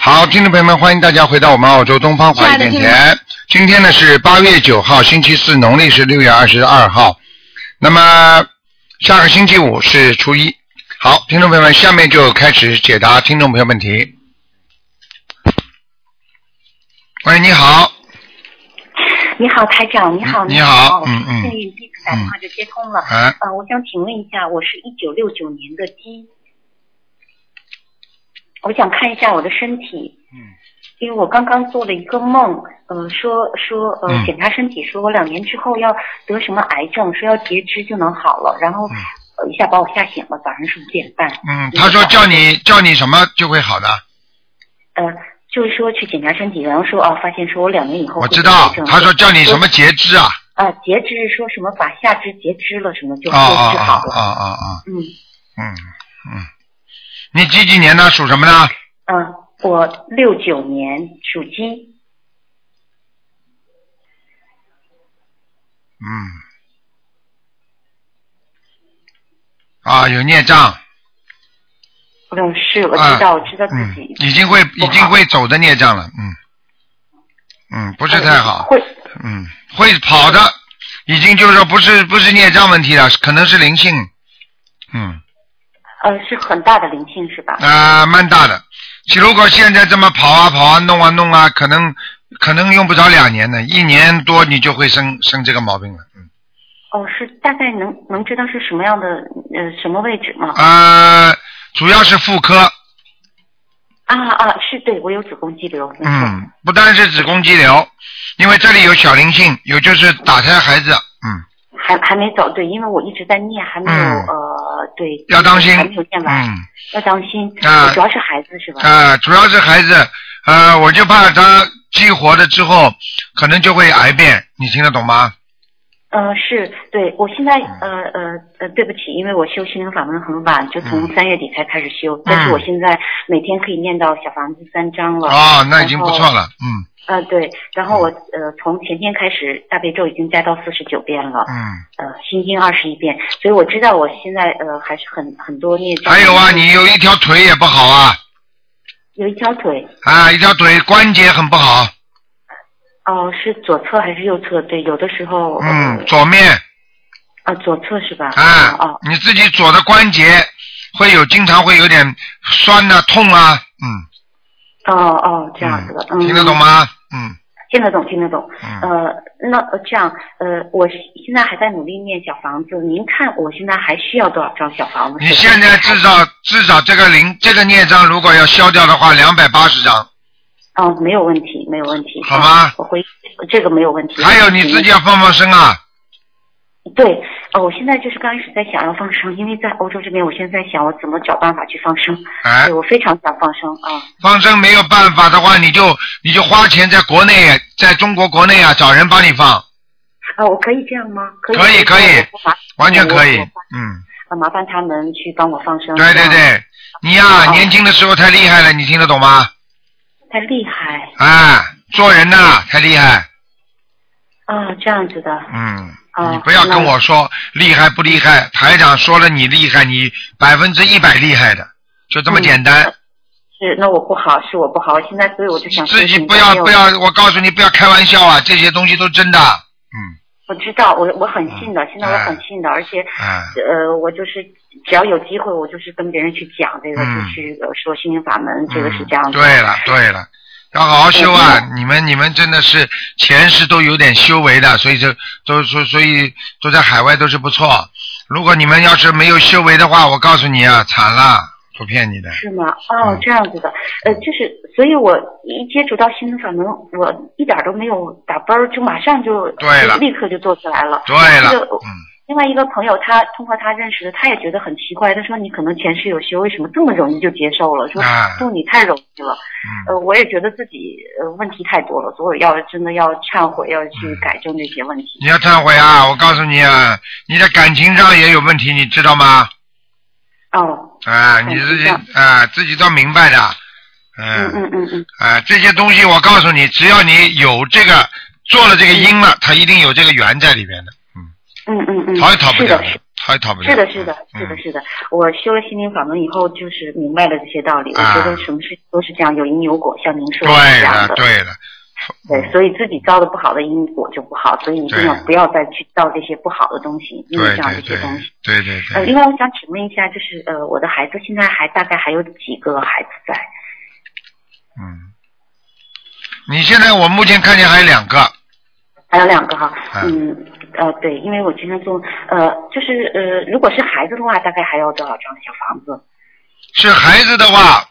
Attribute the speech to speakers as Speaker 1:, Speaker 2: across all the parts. Speaker 1: 好，听众朋友们，欢迎大家回到我们澳洲东方华语电
Speaker 2: 亲爱
Speaker 1: 台。今天呢是八月九号，星期四，农历是六月二十二号。那么下个星期五是初一。好，听众朋友们，下面就开始解答听众朋友问题。喂，你好，
Speaker 3: 你好，台长，你好，
Speaker 1: 你好
Speaker 3: 我
Speaker 1: 嗯嗯
Speaker 3: 幸运第一次打电话就接通了。
Speaker 1: 嗯啊
Speaker 3: 呃，我想请问一下，我是一九六九年的鸡，我想看一下我的身体。
Speaker 1: 嗯。
Speaker 3: 因为我刚刚做了一个梦，呃，说说呃
Speaker 1: 嗯
Speaker 3: 检查身体，说我两年之后要得什么癌症，说要截肢就能好了，然后、
Speaker 1: 嗯
Speaker 3: 呃一下把我吓醒了，早上是五点半，
Speaker 1: 嗯，他说叫你哦叫你什么就会好的，
Speaker 3: 呃，就是说去检查身体，然后说啊发现说我两年以后
Speaker 1: 我
Speaker 3: 会
Speaker 1: 知
Speaker 3: 得癌
Speaker 1: 道
Speaker 3: 症。
Speaker 1: 他说叫你什么截肢啊？
Speaker 3: 啊，截肢说什么把下肢截肢了什么就
Speaker 1: 啊啊
Speaker 3: 说治
Speaker 1: 啊
Speaker 3: 好了。
Speaker 1: 啊啊啊！
Speaker 3: 嗯
Speaker 1: 嗯嗯，你几几年的？属什么的？
Speaker 3: 嗯、啊我六九年属鸡，
Speaker 1: 嗯，啊，有孽障，
Speaker 3: 嗯是，我
Speaker 1: 啊
Speaker 3: 知道，我知道自
Speaker 1: 嗯
Speaker 3: 己，
Speaker 1: 已经会已
Speaker 3: 好
Speaker 1: 经会走的孽障了，嗯，嗯，不
Speaker 3: 不
Speaker 1: 是太好，
Speaker 3: 呃会
Speaker 1: 嗯，会跑的，已经就是说不是不是孽障问题了，可能是灵性，嗯，
Speaker 3: 呃是很大的灵性是吧？
Speaker 1: 啊、蛮大的。如果现在这么跑啊跑啊弄啊弄啊，可能可能用不着两年呢，一年多你就会生生这个毛病了，嗯。
Speaker 3: 哦，是大概能能知道是什么样的呃什么位置吗？
Speaker 1: 呃，主要是妇科，
Speaker 3: 啊啊，是对我有子宫肌瘤，没错。
Speaker 1: 嗯，不单是子宫肌瘤，因为这里有小灵性，有就是打胎孩子，嗯，
Speaker 3: 还还没走，对，因为我一直在念，还没有、
Speaker 1: 嗯
Speaker 3: 呃，对，
Speaker 1: 要当心
Speaker 3: 还没有念完，
Speaker 1: 嗯，
Speaker 3: 要当心。
Speaker 1: 啊
Speaker 3: 主要是孩子是吧？
Speaker 1: 呃，主要是孩子，呃，我就怕他激活了之后，可能就会癌变，你听得懂吗？
Speaker 3: 呃，是对我现在
Speaker 1: 嗯
Speaker 3: 呃呃呃，对不起，因为我修心灵法门很晚，就从
Speaker 1: 嗯
Speaker 3: 三月底才开始修，但是我现在每天可以念到小房子三章了。
Speaker 1: 哦，那已经不错了，嗯
Speaker 3: 呃，对，然后我呃从前天开始大悲咒已经加到四十九遍了，
Speaker 1: 嗯，
Speaker 3: 呃心经二十一遍，所以我知道我现在呃还是很很多孽障。
Speaker 1: 还有啊，你有一条腿也不好啊，
Speaker 3: 有一条腿，
Speaker 1: 啊，一条腿关节很不好，
Speaker 3: 哦、是左侧还是右侧？对，有的时候呃
Speaker 1: 嗯，左面，
Speaker 3: 啊、左侧是吧？
Speaker 1: 啊
Speaker 3: 哦、，
Speaker 1: 你自己左的关节会有经常会有点酸啊、痛啊，嗯，
Speaker 3: 哦哦这样子的，嗯，
Speaker 1: 听得懂？吗？嗯
Speaker 3: 听得懂，听得懂。
Speaker 1: 嗯，
Speaker 3: 呃，那呃这样，呃，我现在还在努力念小房子，您看我现在还需要多少张小房子？
Speaker 1: 你现在至少至少这个零这个孽障如果要消掉的话，两百八十张，
Speaker 3: 嗯、没有问题，没有问题。
Speaker 1: 好吗
Speaker 3: 嗯我会这个没有问题。
Speaker 1: 还有你自己要放放生啊，
Speaker 3: 对，呃，我现在就是刚开始在想要放生，因为在欧洲这边，我现在在想我怎么找办法去放生。
Speaker 1: 哎
Speaker 3: 对，，我非常想放生啊、
Speaker 1: 放生没有办法的话，你就你就花钱在国内，在中国国内啊找人帮你放，
Speaker 3: 啊，我可以这样吗？可以，
Speaker 1: 可以可以
Speaker 3: 我不麻
Speaker 1: 完全可以
Speaker 3: 我我，
Speaker 1: 嗯，
Speaker 3: 啊麻烦他们去帮我放生。
Speaker 1: 对对
Speaker 3: 这样，
Speaker 1: 对，你呀、
Speaker 3: 哦
Speaker 1: 年轻的时候太厉害了，你听得懂吗？
Speaker 3: 太厉害
Speaker 1: 啊，做人呐、太厉害，
Speaker 3: 啊，这样子的。
Speaker 1: 嗯。
Speaker 3: 啊，
Speaker 1: 你不要跟我说厉害不厉害，台长说了你厉害，你百分之一百厉害的，就
Speaker 3: 嗯
Speaker 1: 这么简单。
Speaker 3: 是，那我不好，是我不好。现在，所以我就想
Speaker 1: 自己
Speaker 3: 说
Speaker 1: 不要
Speaker 3: 没有
Speaker 1: 不，要，我告诉你不要开玩笑啊，这些东西都真的。嗯
Speaker 3: 我知道，我我很信的，现在我
Speaker 1: 哎
Speaker 3: 很信的，而且
Speaker 1: 啊
Speaker 3: 呃，我就是只要有机会，我就是跟别人去讲这个，
Speaker 1: 嗯
Speaker 3: 就是呃说心灵法门，这个是
Speaker 1: 嗯
Speaker 3: 这样子。
Speaker 1: 对了对了，要好好修啊
Speaker 3: 我知！
Speaker 1: 你们你们真的是前世都有点修为的，所以这都所所以都在海外都是不错。如果你们要是没有修为的话，我告诉你啊，惨了，不骗你的。
Speaker 3: 是吗？哦
Speaker 1: 嗯，
Speaker 3: 这样子的，呃，就是，所以我一接触到心灵法门，我一点儿都没有打啵儿，就马上就
Speaker 1: 对了
Speaker 3: 立刻就做起来了。
Speaker 1: 对了，
Speaker 3: 这个
Speaker 1: 嗯。
Speaker 3: 另外一个朋友，他通过他认识的，他也觉得很奇怪，他说你可能前世有修，为什么这么容易就接受了？说
Speaker 1: 啊
Speaker 3: 说你太容易了。
Speaker 1: 嗯
Speaker 3: 呃，我也觉得自己呃问题太多了，所以要真的要忏
Speaker 1: 嗯
Speaker 3: 悔，要去改正这些问题。
Speaker 1: 你要忏悔啊！我告诉你啊，你的感情上也有问题，你知道吗？
Speaker 3: 哦，
Speaker 1: 啊，你自己
Speaker 3: 感
Speaker 1: 啊，自己都明白的。
Speaker 3: 嗯
Speaker 1: 嗯
Speaker 3: 嗯嗯嗯，
Speaker 1: 啊，这些东西我告诉你，只要你有这个做了这个因了，它一定有这个缘在里面的，
Speaker 3: 嗯嗯嗯，
Speaker 1: 逃也逃不
Speaker 3: 是
Speaker 1: 掉
Speaker 3: 的，是，
Speaker 1: 逃也逃不了。
Speaker 3: 是的，是的，是的，
Speaker 1: 嗯
Speaker 3: 是的。我修了心灵法门以后，就是明白了这些道理。
Speaker 1: 啊
Speaker 3: 我觉得什么事情都是这样，有因有果，像您说的
Speaker 1: 对啊
Speaker 3: 这样
Speaker 1: 的，
Speaker 3: 的。
Speaker 1: 对的，
Speaker 3: 对，所以自己造的不好的因果就不好，所以一定要
Speaker 1: 对
Speaker 3: 不要再去造这些不好的东西，因为
Speaker 1: 对
Speaker 3: 这样的一
Speaker 1: 对
Speaker 3: 些
Speaker 1: 对
Speaker 3: 东西。，
Speaker 1: 对对
Speaker 3: 呃，
Speaker 1: 对。
Speaker 3: 另外我想请问一下，就是呃，我的孩子现在还大概还有几个孩子在？
Speaker 1: 嗯，你现在我目前看见还有两个，
Speaker 3: 还有两个哈
Speaker 1: 啊，
Speaker 3: 嗯，呃，对，因为我之前做，呃，就是呃，如果是孩子的话，大概还要多少张小房子？
Speaker 1: 是孩子的话，
Speaker 3: 嗯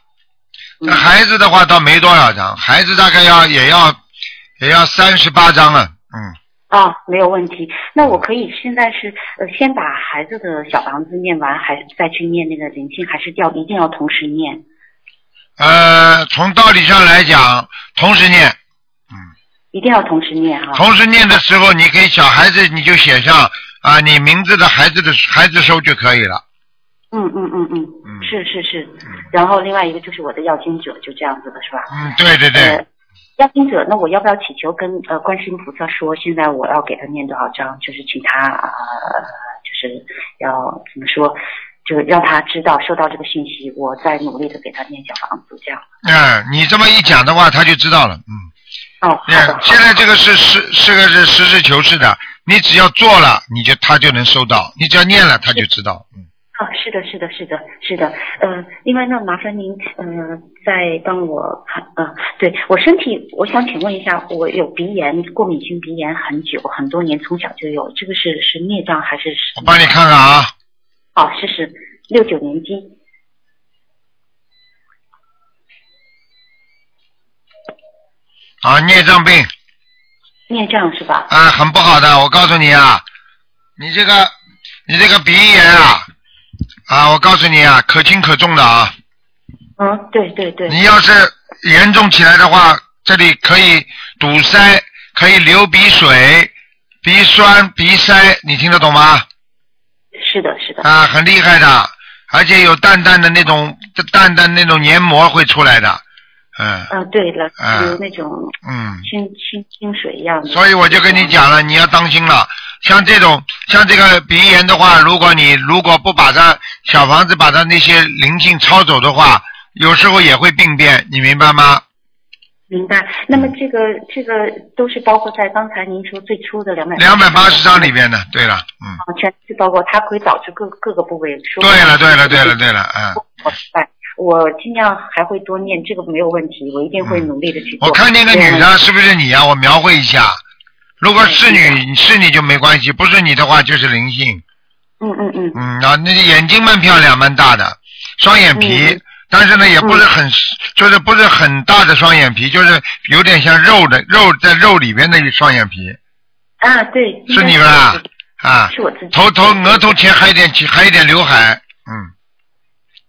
Speaker 1: 那孩子的话倒没多少张，孩子大概要也要也要三十八张了，嗯，
Speaker 3: 啊，没有问题。那我可以现在是呃，先把孩子的小房子念完，还是再去念那个灵性，还是要一定要同时念？
Speaker 1: 呃，从道理上来讲，同时念，
Speaker 3: 一定要同时念哈、
Speaker 1: 同时念的时候，你给小孩子你就写上啊你名字的孩子的孩子收就可以了，
Speaker 3: 嗯嗯嗯
Speaker 1: 嗯
Speaker 3: 嗯，是是是。然后另外一个就是我的要经者，就这样子的是吧？
Speaker 1: 嗯，对对对
Speaker 3: 呃，要经者，那我要不要祈求跟呃观世音菩萨说，现在我要给他念多少章，就是请他啊、呃就是要怎么说，就让他知道收到这个讯息，我在努力的给他念小房子，这样。
Speaker 1: 嗯，你这么一讲的话，他就知道了，嗯。
Speaker 3: 哦，好的，
Speaker 1: 嗯
Speaker 3: 好，的
Speaker 1: 现在这个是实，这个是实事求是的，你只要做了，你就他就能收到，你只要念了，他就知道。嗯
Speaker 3: 啊，是的，是的，是的，是的，呃，另外呢，麻烦您，呃，再帮我看，呃，对我身体，我想请问一下，我有鼻炎，过敏性鼻炎很久，很多年，从小就有，这个是是孽障还是什
Speaker 1: 我
Speaker 3: 么？
Speaker 1: 帮你看看啊，
Speaker 3: 哦，是是，六九年鸡，
Speaker 1: 啊，孽障病
Speaker 3: 孽障是吧？
Speaker 1: 啊，很不好的，我告诉你啊，你这个你这个鼻炎啊，啊，我告诉你啊，可轻可重的啊，
Speaker 4: 哦
Speaker 3: 嗯，对对对，
Speaker 1: 你要是严重起来的话，这里可以堵塞，可以流鼻水、鼻酸、鼻塞，你听得懂吗？
Speaker 3: 是的，是的，
Speaker 1: 啊，很厉害的，而且有淡淡的那种淡淡那种黏膜会出来的，嗯
Speaker 3: 嗯、对了，
Speaker 1: 啊
Speaker 3: 有那种
Speaker 1: 嗯，
Speaker 3: 清清清水一样的。
Speaker 1: 所以我就跟你，讲了，你要当心了。像这种像这个鼻炎的话，如果你如果不把它小房子把它那些灵性抄走的话，有时候也会病变，你明白吗？
Speaker 3: 明白。那么这个这个都是包括在刚才您说最初的两百
Speaker 1: 两百八十张里边的，对了，嗯，
Speaker 3: 啊，全是包括它可以导致各各个部位说不
Speaker 1: 对了，
Speaker 3: 好
Speaker 1: 对了，对了，对了，嗯。
Speaker 3: 我明白，我尽量还会多念，这个没有问题，我一定会努力的去做。
Speaker 1: 嗯我看见个女的，是不是你啊？我描绘一下，如果是女是你就没关系，不是你的话就是灵性。
Speaker 3: 嗯，嗯嗯嗯，
Speaker 1: 嗯，啊，那眼睛蛮漂亮，蛮大的，双眼皮，
Speaker 3: 嗯
Speaker 1: 但是呢，也不是很，就是不是很大的双眼皮，就是有点像肉的肉在肉里边的一双眼皮
Speaker 3: 啊对，应该
Speaker 1: 是你吧啊，
Speaker 3: 是我自己，
Speaker 1: 头头额头前还有一点起，还有一点刘海，嗯，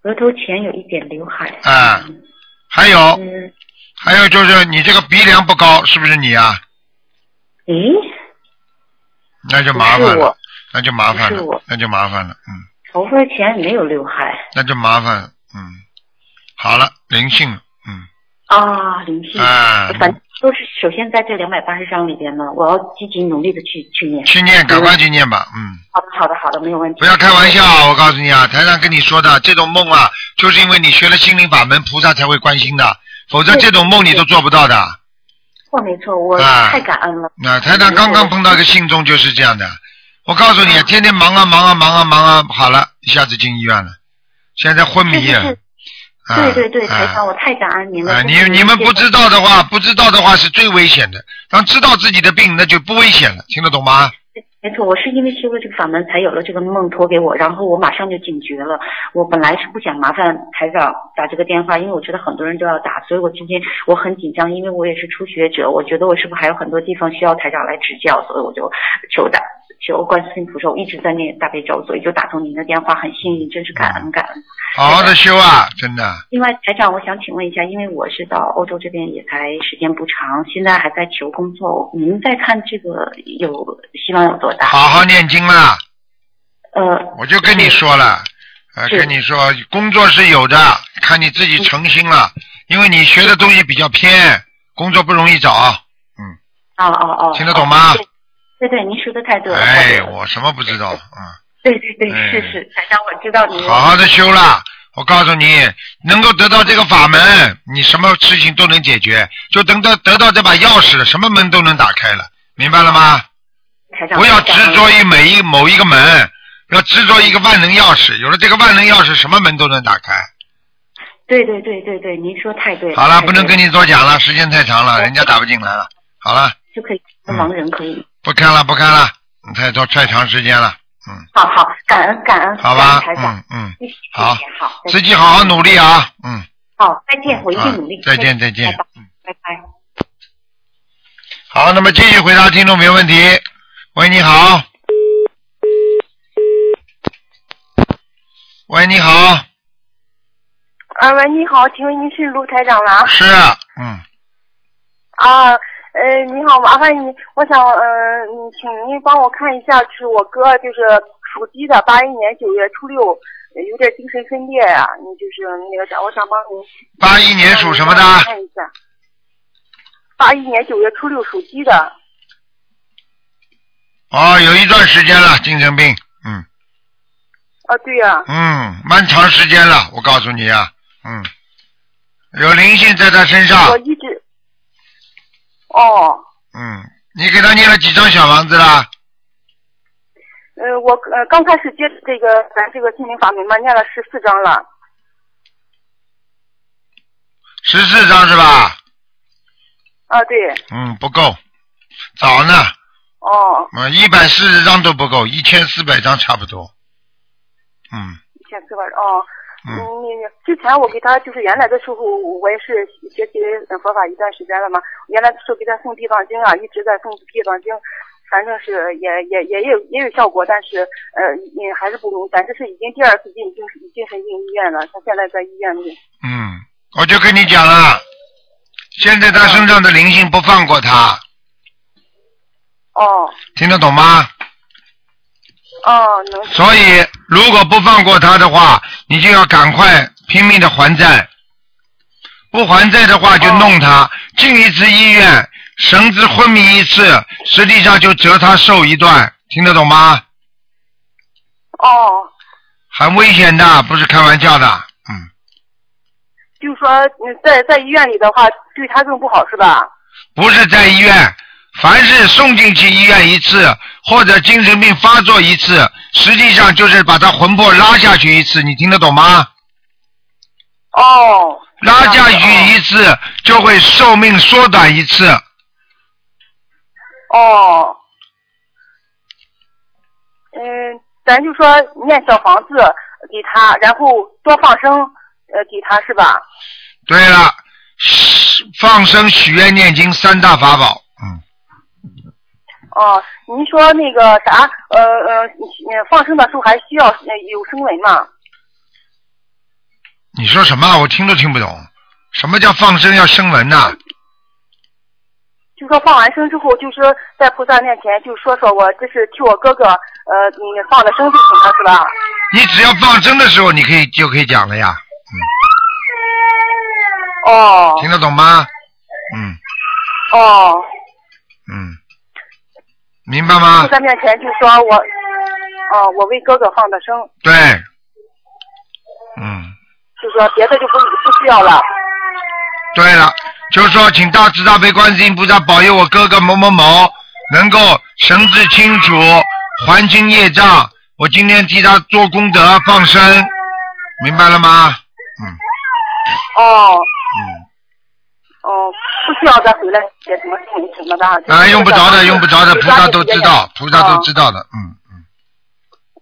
Speaker 3: 额头前有一点刘海。
Speaker 1: 啊还有
Speaker 3: 嗯，
Speaker 1: 还有就是你这个鼻梁不高，是不是你啊？
Speaker 3: 诶，
Speaker 1: 那就
Speaker 3: 不
Speaker 1: 麻
Speaker 3: 是
Speaker 1: 烦
Speaker 3: 我
Speaker 1: 了，，那就麻烦
Speaker 3: 不是
Speaker 1: 了
Speaker 3: 我，
Speaker 1: 那就麻烦了，嗯，
Speaker 3: 头发前没有刘海
Speaker 1: 那就麻烦了，嗯，好了，灵性了，嗯，
Speaker 3: 啊，灵性。
Speaker 1: 啊，
Speaker 3: 反正都是首先在这两百八十章里边呢，我要积极努力的去去念。
Speaker 1: 去念，赶快去念吧，嗯。
Speaker 3: 好的，好的，好的，没有问题。
Speaker 1: 不要开玩笑啊！我告诉你啊，台上跟你说的这种梦啊，就是因为你学了心灵法门，菩萨才会关心的，否则这种梦你都做不到的。
Speaker 3: 错，没错，我
Speaker 1: 啊
Speaker 3: 太感恩了。
Speaker 1: 那台长刚刚碰
Speaker 4: 嗯
Speaker 1: 到一个信众就是这样的，我告诉你，天天忙啊忙啊忙啊忙啊，好了，一下子进医院了，现在昏迷
Speaker 3: 是
Speaker 1: 啊
Speaker 3: 是是。
Speaker 1: 啊
Speaker 3: 对对对，台长，
Speaker 1: 啊
Speaker 3: 我太感恩您了。
Speaker 1: 啊！
Speaker 3: 真
Speaker 1: 你
Speaker 3: 是
Speaker 1: 你们
Speaker 3: 谢
Speaker 1: 不
Speaker 3: 谢
Speaker 1: 知道的话，不知道的话是最危险的。当知道自己的病，那就不危险了，听得懂吗？
Speaker 3: 没错，我是因为修了这个法门，才有了这个梦托给我，然后我马上就警觉了。我本来是不想麻烦台长打这个电话，因为我觉得很多人都要打，所以我今天我很紧张，因为我也是初学者，我觉得我是不是还有很多地方需要台长来指教，所以我就求打求观世音菩萨，我一直在念大悲咒，所以就打通您的电话，很幸运，真是感
Speaker 1: 嗯
Speaker 3: 恩感恩。
Speaker 1: 好好的修啊，真的。
Speaker 3: 另外，台长，我想请问一下，因为我是到欧洲这边也才时间不长，现在还在求工作，您在看这个有希望有多大？
Speaker 1: 好好念经啦。
Speaker 3: 呃，
Speaker 1: 我就跟你说了，呃，
Speaker 3: 是
Speaker 1: 跟你说，工作是有的，看你自己诚心了，因为你学的东西比较偏，工作不容易找。
Speaker 3: 哦哦哦，哦
Speaker 1: 听得懂吗
Speaker 3: 对对对，您说的太对了。
Speaker 1: 哎，
Speaker 3: 太对了
Speaker 1: 我什么不知道，嗯，
Speaker 3: 对对对，
Speaker 1: 哎
Speaker 3: 是是，台长，我知道您。
Speaker 1: 好好的修啦。我告诉你，能够得到这个法门，你什么事情都能解决，就等到得到这把钥匙了，什么门都能打开了，明白了吗？
Speaker 3: 台长，
Speaker 1: 不要
Speaker 3: 台
Speaker 1: 执
Speaker 3: 长
Speaker 1: 着于每一某一个门，要执着一个万能钥匙。有了这个万能钥匙，什么门都能打开。
Speaker 3: 对对对对对，您说太对了。
Speaker 1: 好了，
Speaker 3: 太
Speaker 1: 不能
Speaker 3: 对
Speaker 1: 跟
Speaker 3: 了
Speaker 1: 你多讲了，时间太长了，人家打不进来了。好了，
Speaker 3: 嗯
Speaker 1: 嗯
Speaker 3: 就可以盲人可以。
Speaker 1: 不看了，不看了，太多太长时间了。嗯，
Speaker 3: 好好，感恩感恩，
Speaker 1: 好吧
Speaker 3: 感恩台，长，
Speaker 1: 嗯嗯，
Speaker 3: 谢谢谢
Speaker 1: 好
Speaker 3: 谢好，再
Speaker 1: 自
Speaker 3: 见
Speaker 1: 己好好努力啊，嗯，
Speaker 3: 好，再见，我一定努力。
Speaker 1: 啊再见再见
Speaker 3: 拜拜，拜拜。
Speaker 1: 好，那么继续回答听众朋友问题。喂，你好。喂，你好，
Speaker 4: 啊，喂，你好，请问您是卢台长吗？
Speaker 1: 是，嗯，
Speaker 4: 啊，呃，你好，麻烦你，我想，嗯、呃，你请您帮我看一下，是我哥就是属鸡的，八一年九月初六，呃有点精神分裂啊，你就是那个啥，我想帮您
Speaker 1: 八一年属什么的？
Speaker 4: 帮您看一下，八一年九月初六属鸡的，
Speaker 1: 哦，有一段时间了，精神病，嗯
Speaker 4: 啊，对呀、
Speaker 1: 嗯，蛮长时间了，我告诉你啊，嗯，有灵性在他身上
Speaker 4: 我，一直，哦，
Speaker 1: 嗯，你给他念了几张小房子啦？
Speaker 4: 呃，我呃刚开始接触这个咱这个心灵法门嘛，念了十四章了，
Speaker 1: 十四张是吧？
Speaker 4: 啊，对，
Speaker 1: 嗯，不够，早呢，
Speaker 4: 哦，
Speaker 1: 嗯，一百四十张都不够，一千四百张差不多，嗯
Speaker 4: 一千四百，哦。嗯
Speaker 1: 嗯，，
Speaker 4: 那个之前我给他就是原来的时候，我也是学习呃佛法一段时间了嘛。原来的时候给他诵地藏经啊，一直在诵地藏经，反正是也也也也有也有效果，但是呃也还是不明白。这是已经第二次进精神精神病医院了，他现在在医院里。
Speaker 1: 嗯，我就跟你讲了，现在他身上的灵性不放过他，
Speaker 4: 哦
Speaker 1: 听得懂吗？
Speaker 4: 哦，能
Speaker 1: 所以，如果不放过他的话，你就要赶快拼命的还债。不还债的话，就弄他，进一次医院，绳子昏迷一次，实际上就折他寿一段，听得懂吗？
Speaker 4: 哦，
Speaker 1: 很危险的，不是开玩笑的。嗯，
Speaker 4: 就是说嗯在在医院里的话，对他更不好是吧？
Speaker 1: 不是在医院，凡是送进去医院一次，或者精神病发作一次，实际上就是把他魂魄拉下去一次，你听得懂吗？
Speaker 4: 哦，
Speaker 1: 拉下
Speaker 4: 这样
Speaker 1: 去一次就会寿命缩短一次，
Speaker 4: 哦。哦嗯，咱就说念小房子给他，然后多放生，呃，给他是吧？
Speaker 1: 对了，嘘放生、许愿、念经三大法宝。嗯，
Speaker 4: 哦，您说那个啥，呃呃，呃放生的时候还需要、呃、有声纹吗？
Speaker 1: 你说什么啊？我听都听不懂。什么叫放生要声闻呐、
Speaker 4: 就说放完生之后，就是在菩萨面前就说说我这是替我哥哥呃嗯放的生就行了是吧？
Speaker 1: 你只要放生的时候，你可以就可以讲了呀，
Speaker 4: 哦
Speaker 1: 听得懂吗？嗯
Speaker 4: 哦，
Speaker 1: 嗯，明白吗
Speaker 4: 菩？萨面前就说我，哦我为哥哥放的生，
Speaker 1: 对，嗯。
Speaker 4: 就说别的就不不需要了。
Speaker 1: 对了，就是说，请大慈大悲观世音菩萨保佑我哥哥某某某能够神志清楚，还清业障。我今天替他做功德放生，明白了吗？嗯
Speaker 4: 哦
Speaker 1: 嗯，
Speaker 4: 哦，不需要再回来写什么信什么的。就是
Speaker 1: 啊，用不着的，用不着的，
Speaker 4: 就
Speaker 1: 菩
Speaker 4: 是抓
Speaker 1: 萨
Speaker 4: 紧
Speaker 1: 都
Speaker 4: 时间
Speaker 1: 知道
Speaker 4: 念，
Speaker 1: 菩萨都知。道的，嗯，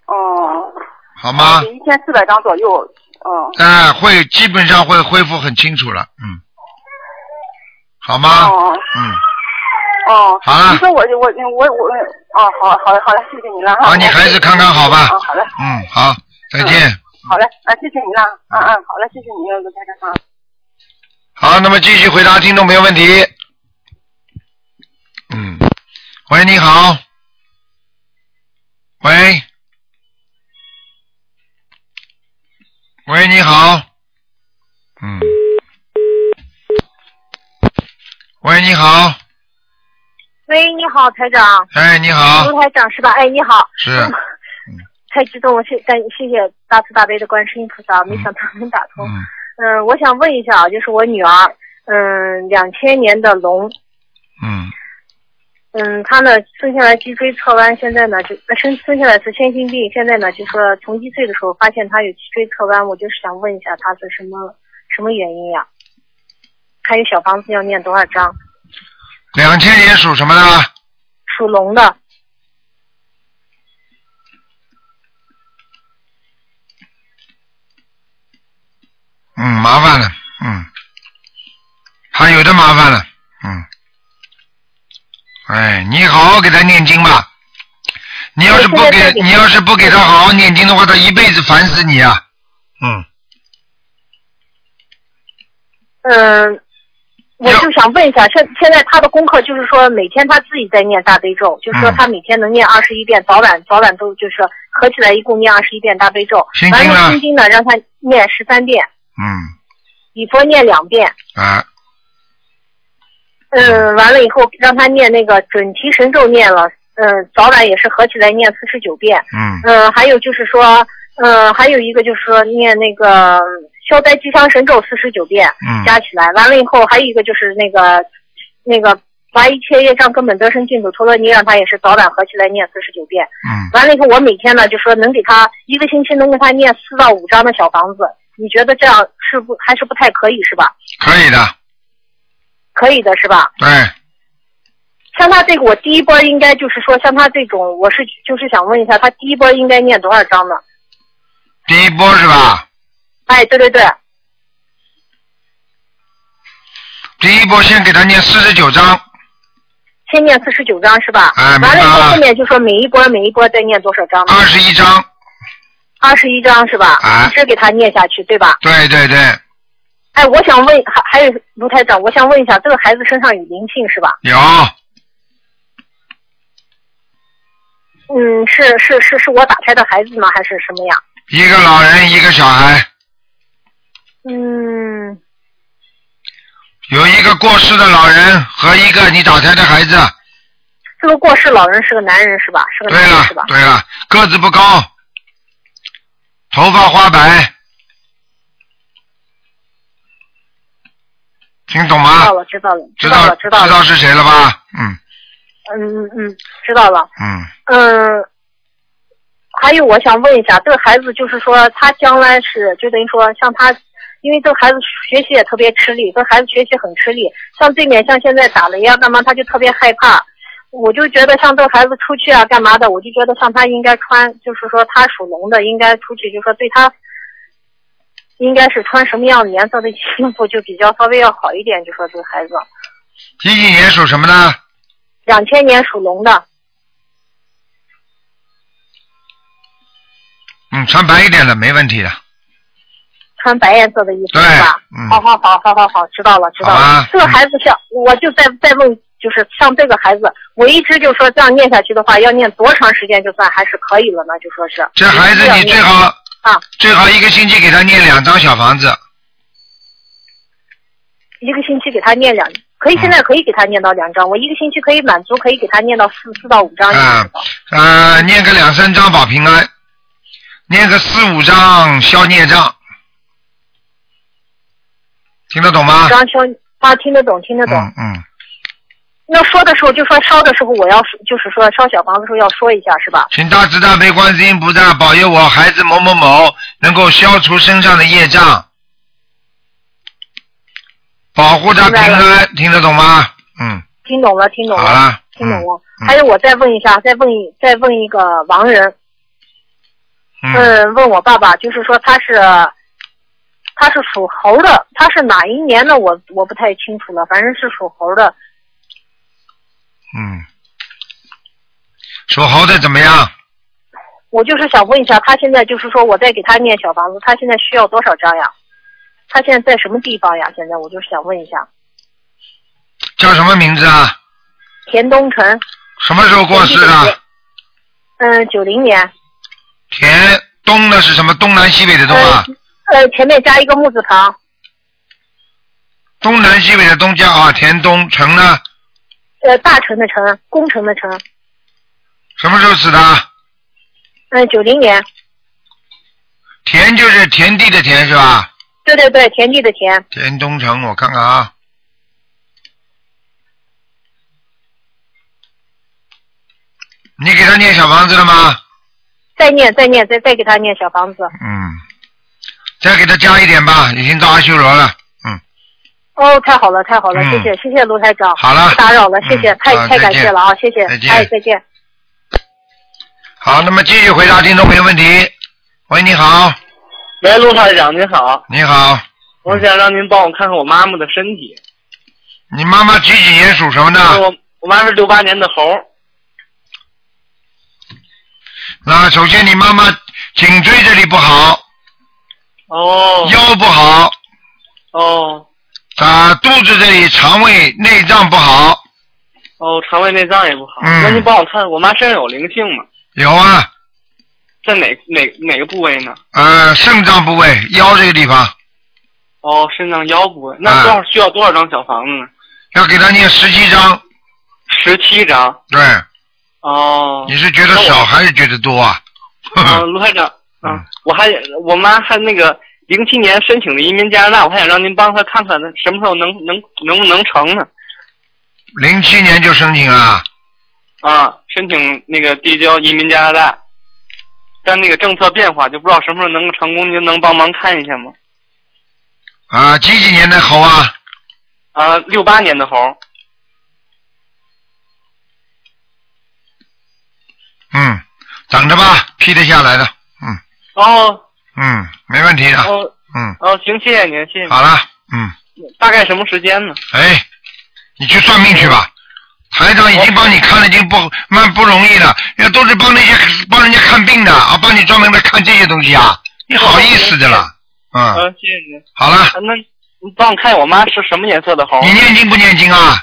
Speaker 4: 哦，
Speaker 1: 好
Speaker 4: 好
Speaker 1: 吗？
Speaker 4: 一千四百张左右。哦。
Speaker 1: 哎、会基本上会恢复很清楚了，嗯，好吗？
Speaker 4: 哦
Speaker 1: 嗯，
Speaker 4: 哦。
Speaker 1: 好了
Speaker 4: 你说我我我我哦，好好好了，谢谢您了哈。
Speaker 1: 好，啊你还是看看好嗯吧
Speaker 4: 哦，。好嘞，
Speaker 1: 嗯，好，再见。
Speaker 4: 好嘞，啊，谢谢您了，嗯嗯，好嘞，谢谢您，卢台长啊。
Speaker 1: 好，那么继续回答听众朋友问题。嗯，喂，你好。喂，喂，你好。嗯。喂，你好。
Speaker 5: 喂，你好，台长，
Speaker 1: 哎，你好，嗯
Speaker 5: 卢台长是吧？哎，你好，
Speaker 1: 是，
Speaker 5: 太激动了，谢感谢谢大慈大悲的观世音菩萨，没想到能打通。
Speaker 1: 嗯，
Speaker 5: 嗯、我想问一下，就是我女儿，嗯，两千年的龙，
Speaker 1: 嗯，
Speaker 5: 嗯，她呢生下来脊椎侧弯，现在呢就呃生生下来是先心病，现在呢就说从一岁的时候发现她有脊椎侧弯，我就是想问一下她是什么什么原因呀、还有小房子要念多少章？
Speaker 1: 两千年属什么的？
Speaker 5: 属龙的，
Speaker 1: 嗯，麻烦了，嗯，还有的麻烦了，嗯，哎，你好好给他念经吧。你要是不
Speaker 5: 我现在在
Speaker 1: 给
Speaker 5: 给，
Speaker 1: 你要是不给他好好念经的话，他一辈子烦死你啊！嗯，
Speaker 5: 嗯，我就想问一下，现现在他的功课就是说，每天他自己在念大悲咒，就是说
Speaker 1: 嗯
Speaker 5: 他每天能念二十一遍，早晚早晚都就是合起来一共念二十一遍大悲咒
Speaker 1: 心，经
Speaker 5: 完
Speaker 1: 啊呢
Speaker 5: 了心经呢让他念十三遍，
Speaker 1: 嗯，
Speaker 5: 礼佛念两遍，
Speaker 1: 啊，
Speaker 5: 嗯，完了以后让他念那个准提神咒念了，嗯，早晚也是合起来念四十九遍，
Speaker 1: 嗯，
Speaker 5: 嗯，还有就是说，嗯，还有一个就是说念那个消灾吉祥神咒四十九遍，
Speaker 1: 嗯，
Speaker 5: 加起来，完了以后还有一个就是那个那个把一切业障根本得生净土陀罗尼，让他也是早晚合起来念四十九遍。
Speaker 1: 嗯，
Speaker 5: 完了以后，我每天呢就说能给他一个星期能给他念四到五张的小房子，你觉得这样是不还是不太可以是吧？
Speaker 1: 可以的，
Speaker 5: 可以的是吧？
Speaker 1: 对，
Speaker 5: 像他这个，我第一波应该就是说，像他这种，我是就是想问一下，他第一波应该念多少张呢？
Speaker 1: 第一波是吧？
Speaker 5: 哎，对对对，
Speaker 1: 第一波先给他念四十九章，
Speaker 5: 先念四十九张是吧？
Speaker 1: 哎明白
Speaker 5: 完了以后
Speaker 1: 了
Speaker 5: 后面就说每一波每一波再念多少张呢？
Speaker 1: 二十一章，
Speaker 5: 二十一张是吧？一
Speaker 1: 啊
Speaker 5: 直给他念下去，对吧？
Speaker 1: 对对对，
Speaker 5: 哎，我想问，还还有卢台长，我想问一下，这个孩子身上有灵性是吧？
Speaker 1: 有，
Speaker 5: 嗯，是是是是我打胎的孩子吗？还是什么呀？
Speaker 1: 一个老人，一个小孩，
Speaker 5: 嗯，
Speaker 1: 有一个过世的老人和一个你打胎的孩子。
Speaker 5: 这个过世老人是个男人是吧？是个
Speaker 1: 对
Speaker 5: 男人
Speaker 1: 了
Speaker 5: 是吧，？
Speaker 1: 对了，个子不高，头发花白，听懂
Speaker 5: 知
Speaker 1: 吗
Speaker 5: 道？了，知道了，
Speaker 1: 知
Speaker 5: 道了，
Speaker 1: 知
Speaker 5: 知道了。
Speaker 1: 道是谁了吧？嗯
Speaker 5: 嗯嗯嗯，知道了。
Speaker 1: 嗯，
Speaker 5: 嗯，还有我想问一下，这个孩子就是说他将来是就等于说像他，因为这个孩子学习也特别吃力，这个孩子学习很吃力，像这面像现在打雷啊干嘛，他就特别害怕。我就觉得像这个孩子出去啊干嘛的，我就觉得像他应该穿，就是说他属龙的应该出去，就说对他。应该是穿什么样的颜色的衣服就比较稍微要好一点，就说这个孩子，
Speaker 1: 几几年属什么呢？
Speaker 5: 两千年属龙的，
Speaker 1: 嗯，穿白一点的没问题的，
Speaker 5: 穿白颜色的衣服
Speaker 1: 对
Speaker 5: 是吧？，
Speaker 1: 嗯，
Speaker 5: 好好好好好好，知道了知道了。
Speaker 1: 好啊
Speaker 5: 这个孩子像，我就再再问，就是像这个孩子，我一直就说这样念下去的话，要念多长时间就算还是可以了呢？就说是
Speaker 1: 这孩子你最好
Speaker 5: 啊，
Speaker 1: 最好一个星期给他念两张小房子，
Speaker 5: 一个星期给他念两，可以
Speaker 1: 嗯
Speaker 5: 现在可以给他念到两张，我一个星期可以满足，可以给他念到四四到五张。
Speaker 1: 啊呃，念个两三张保平安，念个四五张消孽障，听得懂吗？
Speaker 5: 张兄，他听得懂，听得懂。
Speaker 1: 嗯嗯，
Speaker 5: 那说的时候就说烧的时候，我要说就是说烧小房子的时候要说一下，是吧？
Speaker 1: 请大慈大悲观世音菩萨保佑我孩子某某某能够消除身上的业障，保护他平
Speaker 5: 明白
Speaker 1: 安，听得懂吗？嗯，
Speaker 5: 听懂了，听懂
Speaker 1: 好
Speaker 5: 了。
Speaker 1: 了，
Speaker 5: 听懂了。
Speaker 1: 嗯
Speaker 5: 还有，我再问一下，再问一再问一个亡人，
Speaker 1: 嗯嗯，
Speaker 5: 嗯，问我爸爸，就是说他是他是属猴的，他是哪一年的？我我不太清楚了，反正是属猴的。
Speaker 1: 嗯，属猴的怎么样？
Speaker 5: 我就是想问一下，他现在就是说我在给他念小房子，他现在需要多少张呀？他现在在什么地方呀？现在我就是想问一下，
Speaker 1: 叫什么名字啊？
Speaker 5: 田东城，
Speaker 1: 什么时候过世的？
Speaker 5: 嗯，九零年，
Speaker 1: 田东的是什么？东南西北的东啊？
Speaker 5: 呃，前面加一个木字旁，
Speaker 1: 东南西北的东叫啊，田东城呢？
Speaker 5: 呃，大成的成，工程的成，
Speaker 1: 什么时候死的？
Speaker 5: 嗯，九零年，
Speaker 1: 田就是田地的田是吧？
Speaker 5: 对对对，田地的田，
Speaker 1: 田东城，我看看啊。你给他念小房子了吗？
Speaker 5: 再念再念再再给他念小房子。
Speaker 1: 嗯，再给他加一点吧，已经到阿修罗了。嗯，
Speaker 5: 哦，太好了太好了，
Speaker 1: 嗯
Speaker 5: 谢谢谢谢卢台长，
Speaker 1: 好了
Speaker 5: 不打扰了，谢谢，
Speaker 1: 嗯
Speaker 5: 太
Speaker 1: 好
Speaker 5: 太
Speaker 1: 再
Speaker 5: 感
Speaker 1: 见
Speaker 5: 谢了啊，谢谢，
Speaker 1: 再见
Speaker 5: 哎，再见。
Speaker 1: 好，那么继续回答听众朋友问题。喂，你好，
Speaker 6: 喂，卢台长您好，
Speaker 1: 你好，
Speaker 6: 我想让您帮我看看我妈妈的身体。
Speaker 1: 你妈妈几几年属什么
Speaker 6: 就是
Speaker 1: 的？
Speaker 6: 我我妈是六八年的猴，
Speaker 1: 那首先你妈妈颈椎这里不好，
Speaker 6: 哦
Speaker 1: 腰不好，
Speaker 6: 哦
Speaker 1: 啊，肚子这里肠胃内脏不好，
Speaker 6: 哦，肠胃内脏也不好。
Speaker 1: 嗯
Speaker 6: 那您帮我看我妈身上有灵性吗？
Speaker 1: 有啊，
Speaker 6: 在哪哪哪个部位呢？
Speaker 1: 呃，肾脏部位，腰这个地方，
Speaker 6: 哦，肾脏腰部位。
Speaker 1: 啊
Speaker 6: 那多少需要多少张小房子呢？
Speaker 1: 要给他念十七章。
Speaker 6: 十七张。
Speaker 1: 对，
Speaker 6: 哦。
Speaker 1: 你是觉得
Speaker 6: 那我
Speaker 1: 少还是觉得多啊？ 呵
Speaker 6: 嗯、
Speaker 1: 呵
Speaker 6: 卢台长，嗯、
Speaker 1: 嗯
Speaker 6: 我还我妈还那个零七年申请的移民加拿大，我还想让您帮她看看她什么时候能能能不能成呢？
Speaker 1: 零七年就申请了，
Speaker 6: 啊，申请那个递交移民加拿大，但那个政策变化就不知道什么时候能成功，您能帮忙看一下吗？
Speaker 1: 啊，几几年的猴啊？
Speaker 6: 啊，六八年的猴，
Speaker 1: 嗯，等着吧，批得下来的，嗯
Speaker 6: 哦
Speaker 1: 嗯，没问题的，
Speaker 6: 哦
Speaker 1: 嗯，
Speaker 6: 哦，行，谢谢您，谢谢您。
Speaker 1: 好了，嗯，
Speaker 6: 大概什么时间呢？
Speaker 1: 哎，你去算命去吧。台长已经帮你看了，已经不蛮不容易了，要都是帮那些帮人家看病的啊，帮你专门来看这些东西啊，你好意思的啦，
Speaker 6: 嗯、
Speaker 1: 嗯，
Speaker 6: 谢谢您。
Speaker 1: 好了，
Speaker 6: 啊那你帮我看我妈是什么颜色的猴？
Speaker 1: 你念经不念经啊？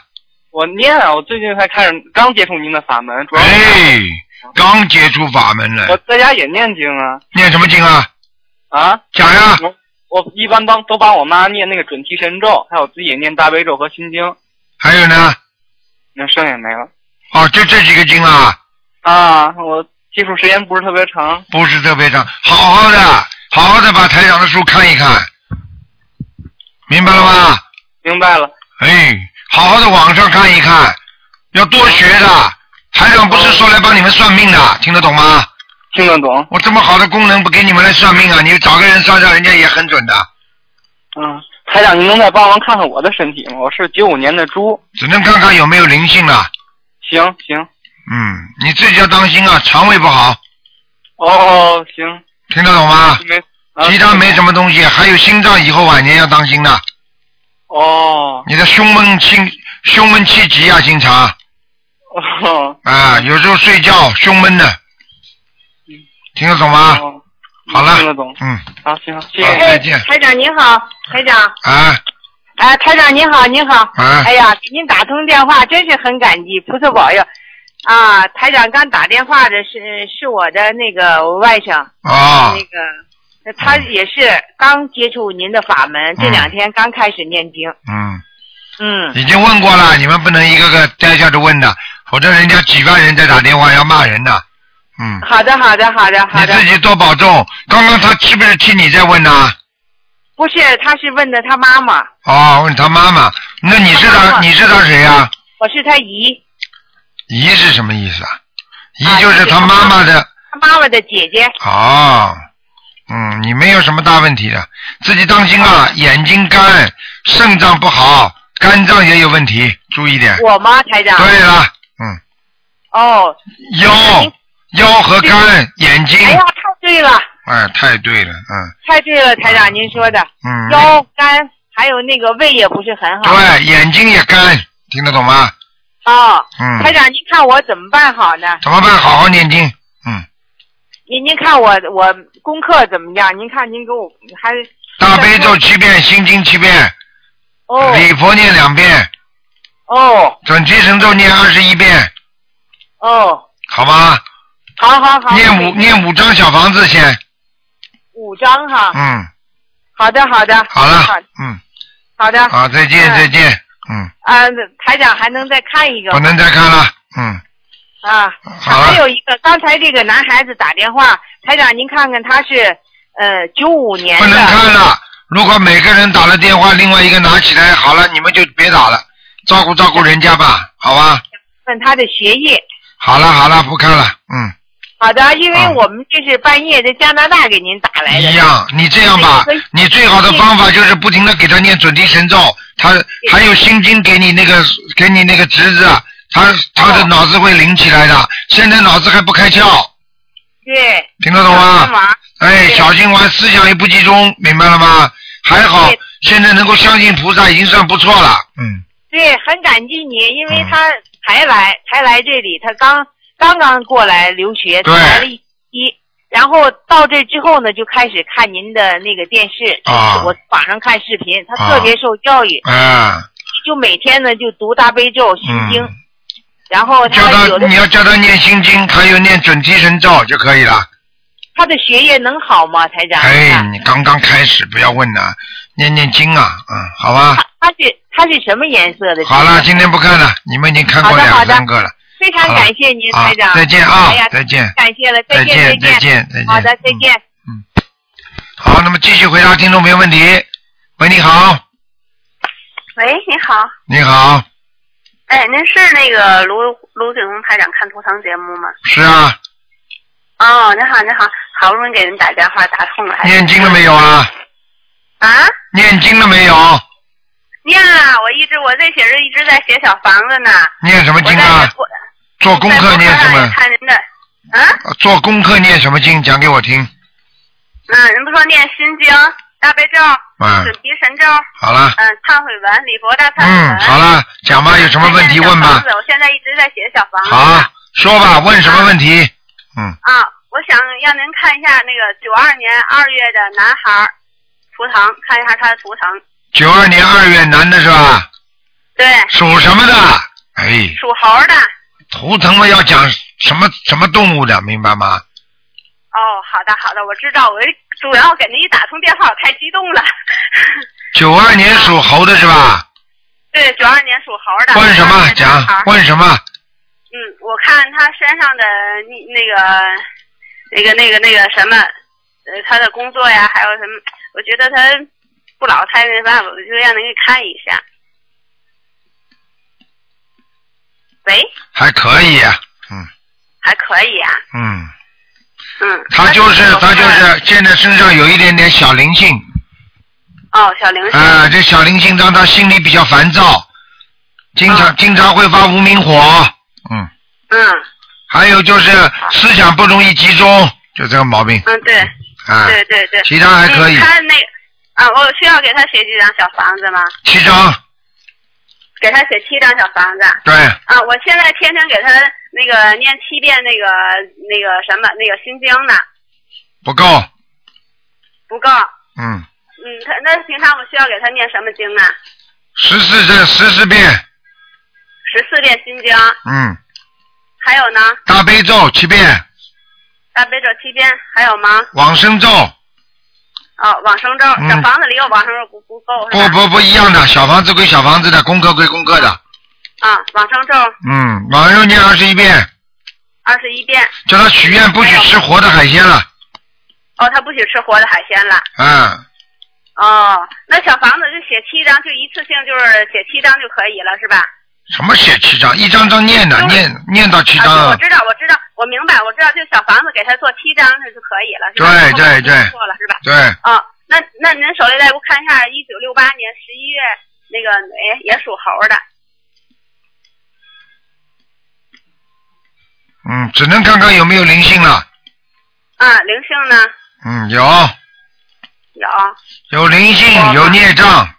Speaker 6: 我念啊，我最近才开始刚接触您的法门，主要是
Speaker 1: 哎，刚接触法门
Speaker 6: 我
Speaker 1: 了，
Speaker 6: 在家也念经啊
Speaker 1: 念什么经啊？
Speaker 6: 啊。
Speaker 1: 讲呀，
Speaker 6: 我我一般帮都帮我妈念那个准提神咒，还有自己也念大悲咒和心经，
Speaker 1: 还有呢？
Speaker 6: 那剩下没了。
Speaker 1: 哦，就这几个经啊，
Speaker 6: 啊，我接触时间不是特别长。
Speaker 1: 不是特别长，好好的，好好的把台长的书看一看，明白了吗？
Speaker 6: 明白了，
Speaker 1: 哎，好好的网上看一看，要多学的。台长不是说来帮你们算命的，听得懂吗？
Speaker 6: 听得懂。
Speaker 1: 我这么好的功能不给你们来算命啊，你找个人算算，人家也很准的，
Speaker 6: 嗯，台长，您能再帮忙看看我的身体吗？我是九五年的猪。
Speaker 1: 只能看看有没有灵性了。
Speaker 6: 行行，
Speaker 1: 嗯，你自己要当心啊，肠胃不好，
Speaker 6: 哦行，
Speaker 1: 听得懂吗？
Speaker 6: 没。啊
Speaker 1: 其他没什么东西，还有心脏以后晚年要当心的，
Speaker 6: 哦
Speaker 1: 你的胸闷心胸闷气急啊，经常
Speaker 6: 哦
Speaker 1: 啊，有时候睡觉胸闷的
Speaker 6: 嗯，
Speaker 1: 听得懂吗？
Speaker 6: 哦，
Speaker 1: 啊好了
Speaker 6: 听得懂。
Speaker 1: 嗯，
Speaker 6: 好，行，谢
Speaker 1: 好
Speaker 6: 谢。
Speaker 1: 再见
Speaker 5: 台长您好，台长，
Speaker 1: 啊
Speaker 5: 哎、台长您好，您好，
Speaker 1: 啊
Speaker 5: 哎呀，给您打通电话真是很感激，菩萨保佑。啊，台长刚打电话的是是我的那个我外甥，
Speaker 1: 哦
Speaker 5: 那个他
Speaker 1: 嗯
Speaker 5: 也是刚接触您的法门，这两天刚开始念经。
Speaker 1: 嗯，
Speaker 5: 嗯，
Speaker 1: 已经问过了，你们不能一个个呆下着问的，否则人家几万人在打电话要骂人的。嗯，
Speaker 5: 好的，好的，好的，好
Speaker 1: 你
Speaker 5: 的
Speaker 1: 自。己多保重。刚刚他是不是替你在问啊呢、
Speaker 5: 不是，他是问的他妈妈，
Speaker 1: 哦，问他妈妈，那你是
Speaker 5: 他妈
Speaker 1: 他，
Speaker 5: 妈
Speaker 1: 你是他谁呀、啊
Speaker 5: 我是他姨，
Speaker 1: 姨是什么意思啊？姨
Speaker 5: 啊
Speaker 1: 就是
Speaker 5: 就是
Speaker 1: 他
Speaker 5: 他
Speaker 1: 妈
Speaker 5: 妈
Speaker 1: 妈的。
Speaker 5: 他妈妈的姐姐。
Speaker 1: 哦，嗯，你没有什么大问题的，自己当心啊，眼睛干，肾脏不好，肝脏也有问题，注意点。
Speaker 5: 我吗，台长？
Speaker 1: 对了，嗯，
Speaker 5: 哦，
Speaker 1: 腰、腰和肝、眼睛，
Speaker 5: 哎呀，太对了，
Speaker 1: 哎，太对了，嗯
Speaker 5: 太对了，台长您说的。
Speaker 1: 嗯，
Speaker 5: 腰肝还有那个胃也不是很好。
Speaker 1: 对，眼睛也干，听得懂吗？
Speaker 5: 啊，
Speaker 1: 嗯，
Speaker 5: 台长，您看我怎么办好呢？
Speaker 1: 怎么办？好好念经，嗯，
Speaker 5: 您您看我我功课怎么样？您看您给我还
Speaker 1: 大悲咒七遍，心经七遍，
Speaker 5: 哦
Speaker 1: 礼佛念两遍，
Speaker 5: 哦
Speaker 1: 准提神咒念二十一遍，
Speaker 5: 哦，
Speaker 1: 好吗？
Speaker 5: 好好好，
Speaker 1: 念五念五张小房子先，
Speaker 5: 五张哈，
Speaker 1: 嗯，
Speaker 5: 好的好的，
Speaker 1: 好了
Speaker 5: 好，
Speaker 1: 嗯，
Speaker 5: 好的，
Speaker 1: 好，再见，
Speaker 5: 哎
Speaker 1: 再见，嗯，
Speaker 5: 啊，台长还能再看一个
Speaker 1: 不
Speaker 5: 吗，
Speaker 1: 能再看了，嗯，
Speaker 7: 啊，
Speaker 1: 好
Speaker 7: 还
Speaker 1: 了，
Speaker 7: 有一个，刚才这个男孩子打电话，台长您看看他是呃九五年
Speaker 1: 不
Speaker 7: 的，
Speaker 1: 能看了。如果每个人打了电话，另外一个拿起来，好了，你们就别打了，照顾照顾人家吧，好吧？
Speaker 7: 问他的学业。
Speaker 1: 好了好了，不看了，嗯。
Speaker 7: 好的，因为
Speaker 1: 啊
Speaker 7: 我们这是半夜在加拿大给您打来的。
Speaker 1: 一样，你这样吧
Speaker 7: 对所以，
Speaker 1: 你最好的方法就是不停的给他念准提神咒，他还有心经给你那个给你那个侄子，他他
Speaker 7: 哦
Speaker 1: 的脑子会灵起来的，现在脑子还不开窍，
Speaker 7: 对。
Speaker 1: 听得懂
Speaker 7: 干
Speaker 1: 吗？
Speaker 7: 嘛？
Speaker 1: 哎，
Speaker 7: 对
Speaker 1: 小心玩，思想也不集中，明白了吗？还好
Speaker 7: 对
Speaker 1: 现在能够相信菩萨已经算不错了，嗯，
Speaker 7: 对，很感激你，因为
Speaker 1: 嗯
Speaker 7: 他才来，才来这里，他刚刚刚过来留学，
Speaker 1: 对
Speaker 7: 才来了一期，然后到这之后呢，就开始看您的那个电视，
Speaker 1: 啊
Speaker 7: 我网上看视频，他
Speaker 1: 啊
Speaker 7: 特别受教育，
Speaker 1: 啊，
Speaker 7: 就每天呢就读大悲咒、心经，
Speaker 1: 嗯，
Speaker 7: 然后
Speaker 1: 教
Speaker 7: 他有
Speaker 1: 他
Speaker 7: 的
Speaker 1: 你要教他念心经，还有念准提神咒就可以了。
Speaker 7: 他的学业能好吗？台长，你
Speaker 1: 哎，
Speaker 7: 看
Speaker 1: 你刚刚开始，不要问了，念念经啊，嗯，好吧。
Speaker 7: 他他是他是什么颜色的？
Speaker 1: 好了，今天不看了，你们已经看过
Speaker 7: 好的
Speaker 1: 两
Speaker 7: 好的
Speaker 1: 三个了
Speaker 7: 非常
Speaker 1: 好了
Speaker 7: 感谢您，
Speaker 1: 啊
Speaker 7: 台长，！
Speaker 1: 再见啊
Speaker 7: 哎呀，，
Speaker 1: 再见，
Speaker 7: 感谢了，
Speaker 1: 再
Speaker 7: 见，
Speaker 1: 再
Speaker 7: 见，
Speaker 1: 见，再见。
Speaker 7: 好的，再
Speaker 1: 嗯。
Speaker 7: 见。
Speaker 1: 好，那么继续回答听众朋友问题。喂，你好，
Speaker 8: 喂，你好，
Speaker 1: 你好，
Speaker 8: 哎，您是那个卢卢景龙台长看图腾节目吗？
Speaker 1: 是啊，
Speaker 8: 哦，您好，您好，好不容易给您打电话打通了，还
Speaker 1: 念经了没有啊？
Speaker 8: 啊？
Speaker 1: 念经了没有？
Speaker 8: 念了，我一直我这写着一直在写小房子呢，
Speaker 1: 念什么
Speaker 8: 我在
Speaker 1: 经啊？
Speaker 8: 我
Speaker 1: 做功课念什
Speaker 8: 在博客上也
Speaker 1: 么？
Speaker 8: 看您的，啊？
Speaker 1: 呃做功课念什么经？讲给我听。
Speaker 8: 嗯，您不说念心经、大悲咒、
Speaker 1: 嗯
Speaker 8: 准提神咒，
Speaker 1: 好了，
Speaker 8: 嗯，忏悔文、礼佛大忏悔文。
Speaker 1: 嗯，好了，讲吧，有什么问题问
Speaker 8: 还念小
Speaker 1: 吧
Speaker 8: 房子。我现在一直在写小房子呢。
Speaker 1: 好，说吧，问什么问题？嗯，
Speaker 8: 啊，我想让您看一下那个九二年二月的男孩儿图腾，看一下他的图腾。
Speaker 1: 九二年二月男的是吧？
Speaker 8: 对，
Speaker 1: 属什么的？哎，
Speaker 8: 属猴的。哦
Speaker 1: 图腾嘛要讲什么什么动物的，明白吗？
Speaker 8: 哦，好的好的，我知道，我主要给您一打通电话，我太激动了。
Speaker 1: 九二年属猴的是吧？
Speaker 8: 对，九二年属猴的。
Speaker 1: 问什
Speaker 8: 92
Speaker 1: 么
Speaker 8: 年男
Speaker 1: 讲
Speaker 8: 孩儿？
Speaker 1: 问什么？
Speaker 8: 嗯，我看他身上的那那个那个那个那个什么，呃，他的工作呀，还有什么，我觉得他不老太那啥，我就让您给看一下。喂，
Speaker 1: 还可以，嗯
Speaker 8: 还可以啊，
Speaker 1: 嗯，
Speaker 8: 嗯。
Speaker 1: 他就是他就是现在身上有一点点小灵性，
Speaker 8: 哦，小灵性。
Speaker 1: 啊、这小灵性让他心里比较烦躁，经常、经常会发无名火，嗯，
Speaker 8: 嗯
Speaker 1: 还有就是
Speaker 8: 啊
Speaker 1: 思想不容易集中，就这个毛病，
Speaker 8: 嗯，对
Speaker 1: 啊、
Speaker 8: 对对对。
Speaker 1: 其他还可以
Speaker 8: 嗯，他那个啊，我需要给他写几张小房子吗？
Speaker 1: 七张，
Speaker 8: 给他写七张小房子。
Speaker 1: 对，
Speaker 8: 啊，我现在天天给他那个念七遍那个那个什么那个心经呢，
Speaker 1: 不够，
Speaker 8: 不够。
Speaker 1: 嗯，
Speaker 8: 嗯，他那平常我需要给他念什么经啊呢？
Speaker 1: 十四这十四遍，
Speaker 8: 十四遍心经，
Speaker 1: 嗯，
Speaker 8: 还有呢，
Speaker 1: 大悲咒七遍，
Speaker 8: 大悲咒七遍，还有吗？
Speaker 1: 往生咒，
Speaker 8: 哦，往生咒，
Speaker 1: 嗯
Speaker 8: 小房子里有往生咒不不够是
Speaker 1: 不
Speaker 8: 吧？
Speaker 1: 不不一样的，小房子归小房子的，功课归功课的。
Speaker 8: 啊，往生咒
Speaker 1: 嗯，往生念二十一遍，
Speaker 8: 二十一遍。
Speaker 1: 叫他许愿不许吃活的海鲜了。
Speaker 8: 哦，他不许吃活的海鲜了。
Speaker 1: 嗯，
Speaker 8: 哦，那小房子就写七张，就一次性就是写七张就可以了，是吧？
Speaker 1: 什么写七章？一张张念的，念念到七章
Speaker 8: 啊，我
Speaker 1: 啊。
Speaker 8: 知道，我知道，我明白，我知道，就小房子给他做七张那就可以了，是吧？后
Speaker 1: 对
Speaker 8: 面
Speaker 1: 对
Speaker 8: 就
Speaker 1: 对
Speaker 8: 做了是吧？
Speaker 1: 对，
Speaker 8: 哦，那那您手里再给我看一下，一九六八年十一月那个哎也属猴的，
Speaker 1: 嗯，只能看看有没有灵性了。
Speaker 8: 啊，灵性呢
Speaker 1: 嗯，有
Speaker 8: 有
Speaker 1: 有灵性，有孽障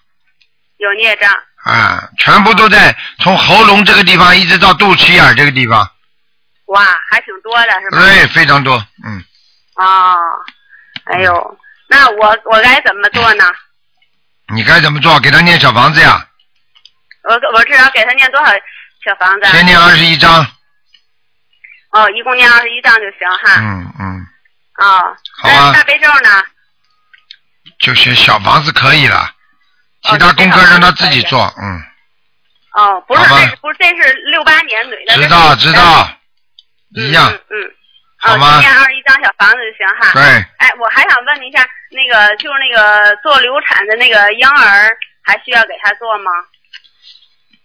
Speaker 8: 有孽障，
Speaker 1: 啊，全部都在从喉咙这个地方一直到肚脐眼儿这个地方，
Speaker 8: 哇，还挺多的是吧？
Speaker 1: 对，非常多。嗯，
Speaker 8: 哦，哎呦，那我我该怎么做呢？
Speaker 1: 你该怎么做？给他念小房子呀，
Speaker 8: 我我至少给他念多少小房子啊？
Speaker 1: 先念二十一章。
Speaker 8: 哦，一共念二十一张就行哈。
Speaker 1: 嗯嗯，
Speaker 8: 哦，
Speaker 1: 好
Speaker 8: 那
Speaker 1: 啊
Speaker 8: 大悲咒呢？
Speaker 1: 就写小房子可以了，
Speaker 8: 哦
Speaker 1: 其他功课让他自己
Speaker 8: 就这
Speaker 1: 做。嗯，
Speaker 8: 哦，不是，
Speaker 1: 好吧
Speaker 8: 这是不是这是六八年女的，
Speaker 1: 知道
Speaker 8: 这是
Speaker 1: 知。道，一样，
Speaker 8: 嗯嗯。嗯
Speaker 1: 好吗
Speaker 8: 哦，一二一张小房子就行哈。
Speaker 1: 对，
Speaker 8: 哎，我还想问一下，那个就是那个做流产的那个婴儿，还需要给他做吗？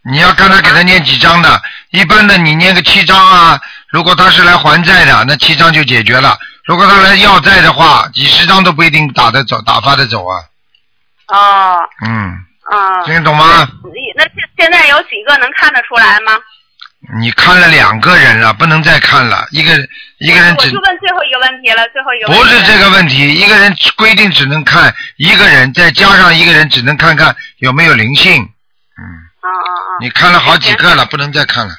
Speaker 1: 你要看他给他念几张的，一般的你念个七张啊。如果他是来还债的，那七张就解决了；如果他来要债的话，几十张都不一定打得走，打发得走啊。
Speaker 8: 哦，
Speaker 1: 嗯，
Speaker 8: 嗯。
Speaker 1: 听得懂吗？
Speaker 8: 你那现现在有几个能看得出来吗？
Speaker 1: 你看了两个人了，不能再看了，一个一个人
Speaker 8: 我
Speaker 1: 只
Speaker 8: 就问最后一个问题了，嗯最后一个问题
Speaker 1: 不是这个问题，一个人规定只能看一个人，再加上一个人只能看看有没有灵性。嗯，
Speaker 8: 啊啊啊！
Speaker 1: 你看了好几个了，不能再看了，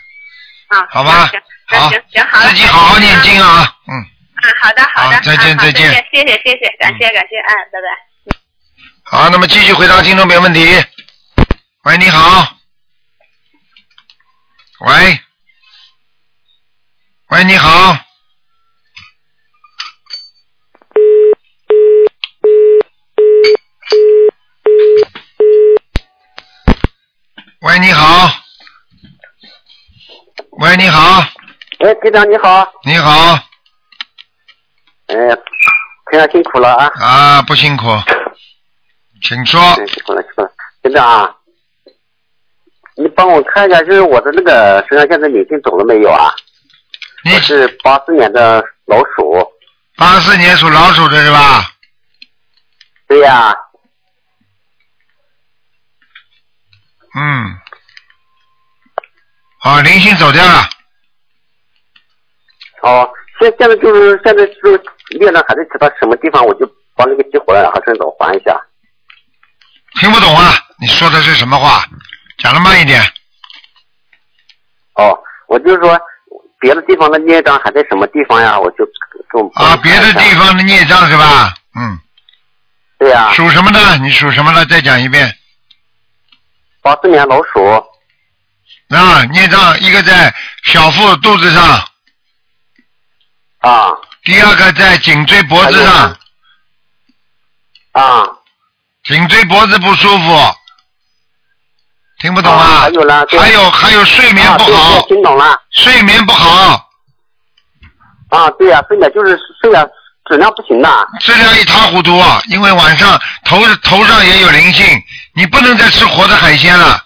Speaker 8: 啊，
Speaker 1: 好吧
Speaker 8: 行
Speaker 1: 好
Speaker 8: 行行行，好了，
Speaker 1: 自己好好念经啊。嗯。
Speaker 8: 嗯，好的好的，
Speaker 1: 好再见
Speaker 8: 啊好
Speaker 1: 再见嗯
Speaker 8: 谢谢谢谢，感谢感谢，哎，拜拜。
Speaker 1: 好，那么继续回答听众朋友问题。喂，你好。喂，喂，你好。喂，你好。喂，你好，
Speaker 9: 哎，队长你好，
Speaker 1: 你好
Speaker 9: 哎，队长辛苦了啊，
Speaker 1: 啊，不辛苦，请说
Speaker 9: 哎，辛苦了辛苦了，队长啊，你帮我看一下，就是我的那个身上现在灵性走了没有啊？
Speaker 1: 你
Speaker 9: 我是八四年的老鼠，
Speaker 1: 八四年属老鼠的是吧？
Speaker 9: 对呀、
Speaker 1: 嗯，好，灵性走掉了，
Speaker 9: 哦，现现在就是现在就是月亮还在指到什么地方，我就把那个激活了，然后顺手还一下。
Speaker 1: 听不懂啊？你说的是什么话？讲的慢一点。
Speaker 9: 哦，我就是说别的地方的孽障还在什么地方呀？我就给我
Speaker 1: 啊，别的地方的孽障是吧？嗯，
Speaker 9: 对啊呀、
Speaker 1: 属什么呢？你属什么呢？再讲一遍。
Speaker 9: 八四年老鼠，
Speaker 1: 啊，孽障一个在小腹肚子上，
Speaker 9: 啊
Speaker 1: 第二个在颈椎脖子
Speaker 9: 还有
Speaker 1: 上
Speaker 9: 呢，啊。
Speaker 1: 颈椎脖子不舒服，听不懂
Speaker 9: 啊
Speaker 1: 啊？
Speaker 9: 还有呢对
Speaker 1: 还有还有睡眠不
Speaker 9: 啊对
Speaker 1: 好
Speaker 9: 对，听懂了
Speaker 1: 睡眠不好，
Speaker 9: 啊，对呀、睡眠就是睡眠质量不行呐。
Speaker 1: 质量一塌糊涂啊！因为晚上头头上也有灵性，你不能再吃活的海鲜了。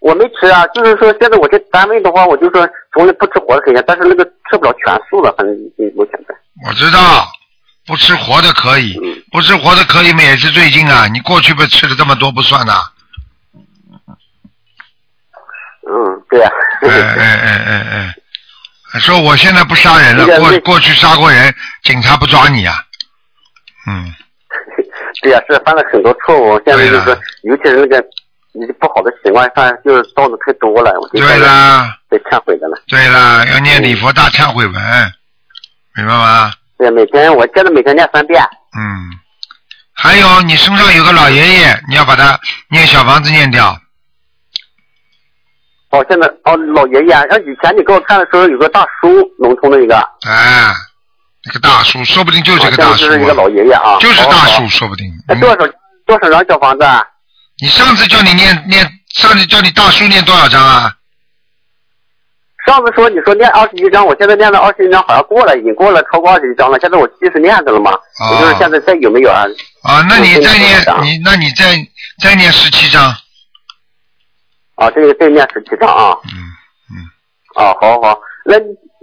Speaker 9: 我没吃啊，就是说现在我在单位的话，我就说从来不吃活的海鲜，但是那个吃不了全素了，反正我现在。
Speaker 1: 我知道，不吃活的可以，
Speaker 9: 嗯
Speaker 1: 不吃活的可以嘛，也是最近啊。你过去不吃的这么多不算呐、
Speaker 9: 嗯，对呀、
Speaker 1: 哎哎哎哎哎，还说我现在不杀人了
Speaker 9: 那，个
Speaker 1: 过
Speaker 9: 那
Speaker 1: 过去杀过人，警察不抓你啊。嗯，
Speaker 9: 对呀、是犯了很多错误。现在就是
Speaker 1: 对
Speaker 9: 说
Speaker 1: 了，
Speaker 9: 尤其是那个你不好的习惯，犯就是造的太多了，我就
Speaker 1: 对啦
Speaker 9: 被忏悔的了。
Speaker 1: 对啦，要念礼佛大忏悔文，明白吗？
Speaker 9: 对，每天我现在嗯每天念三遍。
Speaker 1: 嗯，还有你身上有个老爷爷，你要把他念小房子念掉。
Speaker 9: 哦，现在哦，老爷爷啊，像以前你给我看的时候，有个大叔，农村的一个，
Speaker 1: 哎，那个大叔，说不定就是
Speaker 9: 哦
Speaker 1: 个
Speaker 9: 现在
Speaker 1: 大叔
Speaker 9: 就是一个
Speaker 1: 啊
Speaker 9: 老，爷爷啊，
Speaker 1: 就是大
Speaker 9: 哦
Speaker 1: 叔，
Speaker 9: 好
Speaker 1: 说不定。
Speaker 9: 那
Speaker 1: 嗯
Speaker 9: 多少多少张小房子啊？
Speaker 1: 你上次叫你念念，上次叫你大叔念多少章啊？
Speaker 9: 上次说你说念二十一张，我现在念了二十一张，好像过了，已经过了超过二十一张了。现在我七十念的了嘛，
Speaker 1: 哦
Speaker 9: 我就是现在再有没有啊？
Speaker 1: 啊，那你
Speaker 9: 我
Speaker 1: 再
Speaker 9: 念多
Speaker 1: 念
Speaker 9: 少章
Speaker 1: 你，那你再再念十七章。
Speaker 9: 啊，这个再念十七张啊。
Speaker 1: 嗯嗯。
Speaker 9: 啊，好好，那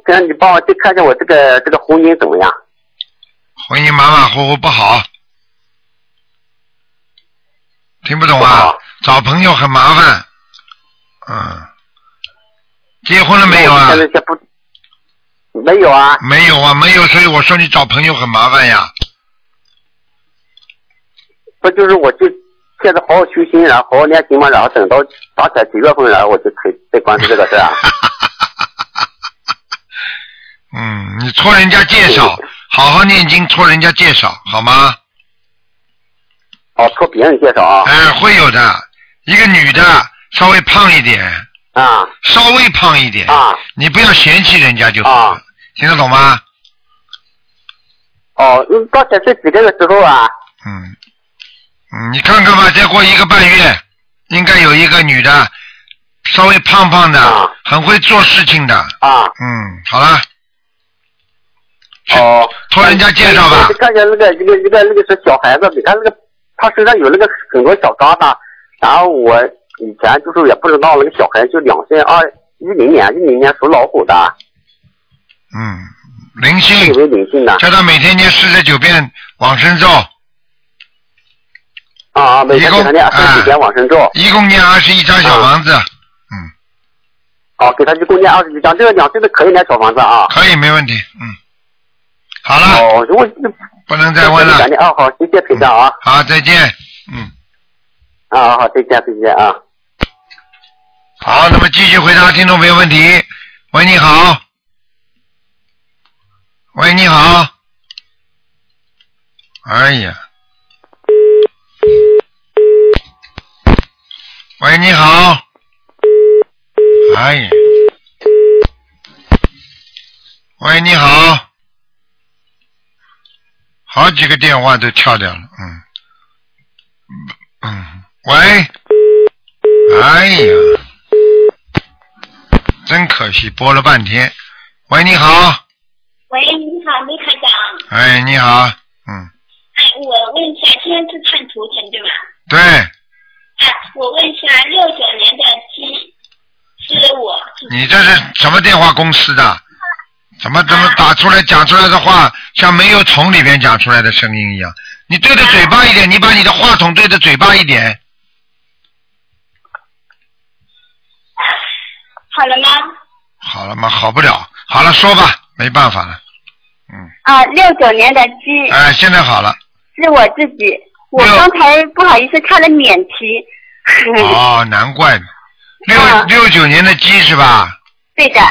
Speaker 9: 这样你帮我去看一下我这个这个婚姻怎么样？
Speaker 1: 婚姻马马虎虎不好，听不懂
Speaker 9: 不
Speaker 1: 啊
Speaker 9: 好？
Speaker 1: 找朋友很麻烦。嗯，结婚了没有啊
Speaker 9: 我？现在先不。没有啊，
Speaker 1: 没有啊，没有，所以我说你找朋友很麻烦呀。
Speaker 9: 不就是我就现在好好修心，然后好好念经嘛，然后等到打起来几月份，然后我就可以再关注这个事儿 啊。
Speaker 1: 嗯，你托人家介绍，好好念经，托人家介绍，好吗？
Speaker 9: 哦，托别人介绍啊
Speaker 1: 哎，会有的。一个女的稍微胖一点，
Speaker 9: 啊
Speaker 1: 稍微胖一点，
Speaker 9: 啊
Speaker 1: 你不要嫌弃人家就好了
Speaker 9: 啊。
Speaker 1: 听得懂吗？
Speaker 9: 哦，嗯刚才是几个月之后啊？
Speaker 1: 嗯，嗯你看看吧，再过一个半月，应该有一个女的稍微胖胖的，
Speaker 9: 啊
Speaker 1: 很会做事情的。
Speaker 9: 啊，
Speaker 1: 嗯，好了，
Speaker 9: 哦，
Speaker 1: 托人家介绍吧
Speaker 9: 我就看见那个一个一个那个是小孩子，你看那个他身上有那个很多小疙瘩，然后我以前就是也不知道那个小孩就两岁二一零年一零年属老虎的，啊
Speaker 1: 嗯，灵
Speaker 9: 有
Speaker 1: 性
Speaker 9: 没，有灵性的？
Speaker 1: 叫他每天念四十九遍往生咒，
Speaker 9: 啊啊，每天
Speaker 1: 一共
Speaker 9: 给他念二十几天往生咒，
Speaker 1: 一共念二十一张小房子，嗯，
Speaker 9: 好、哦给他一共念二十几张，这个两岁的可以念小房子啊。
Speaker 1: 可以没问题，嗯，好了，
Speaker 9: 哦，如果
Speaker 1: 不能再问了
Speaker 9: 咱，的二号，哦谢谢陪长啊，
Speaker 1: 好，再见，嗯，
Speaker 9: 啊好，再见再见啊。
Speaker 1: 好，那么继续回答听众朋友问题。喂，你好，喂，你好，哎呀，喂，你好，哎呀，喂，你好，好几个电话都跳掉了，嗯，嗯，喂，哎呀，真可惜，播了半天。喂，你好，
Speaker 4: 喂，你好，卢台长。
Speaker 1: 哎，你好，嗯，
Speaker 4: 哎，我问一下，今天是看图腾对吧？
Speaker 1: 对，
Speaker 4: 哎，我问一下，六九年的鸡是我，
Speaker 1: 你这是什么电话公司的？怎么怎么打出来讲出来的话，像没有从里面讲出来的声音一样？你对着嘴巴一点，你把你的话筒对着嘴巴一点，
Speaker 4: 好了吗？
Speaker 1: 好了嘛，好不了，好了，说吧，没办法了，
Speaker 4: 啊，六九年的鸡
Speaker 1: 哎，现在好了，
Speaker 4: 是我自己，我
Speaker 1: 六
Speaker 4: 刚才不好意思看了免提。
Speaker 1: 哦，难怪呢，六
Speaker 4: 啊
Speaker 1: 六九年的鸡是吧？
Speaker 4: 对的，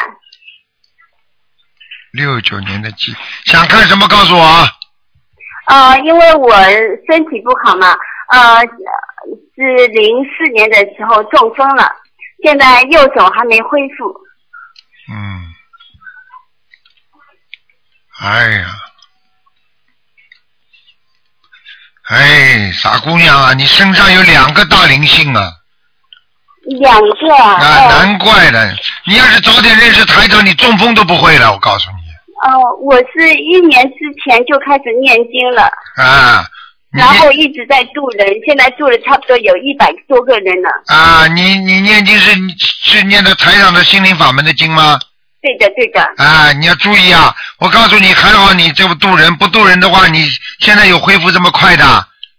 Speaker 1: 六九年的鸡，想看什么告诉我啊。
Speaker 4: 呃，因为我身体不好嘛，呃，是零四年的时候中风了，现在右手还没恢复。
Speaker 1: 嗯，哎呀，哎，傻姑娘啊，你身上有两个大灵性啊，
Speaker 4: 两个
Speaker 1: 啊，
Speaker 4: 啊，
Speaker 1: 难怪了。你要是早点认识台长，你中风都不会了，我告诉你
Speaker 4: 哦、呃，我是一年之前就开始念经了，
Speaker 1: 啊。你
Speaker 4: 然后一直在度人，现在度了差不多有一百多个人了。
Speaker 1: 啊，你你念经是是念的台长的心灵法门的经吗？
Speaker 4: 对的，对的，
Speaker 1: 啊，你要注意啊！我告诉你，还好你这不渡人，不渡人的话，你现在有恢复这么快的。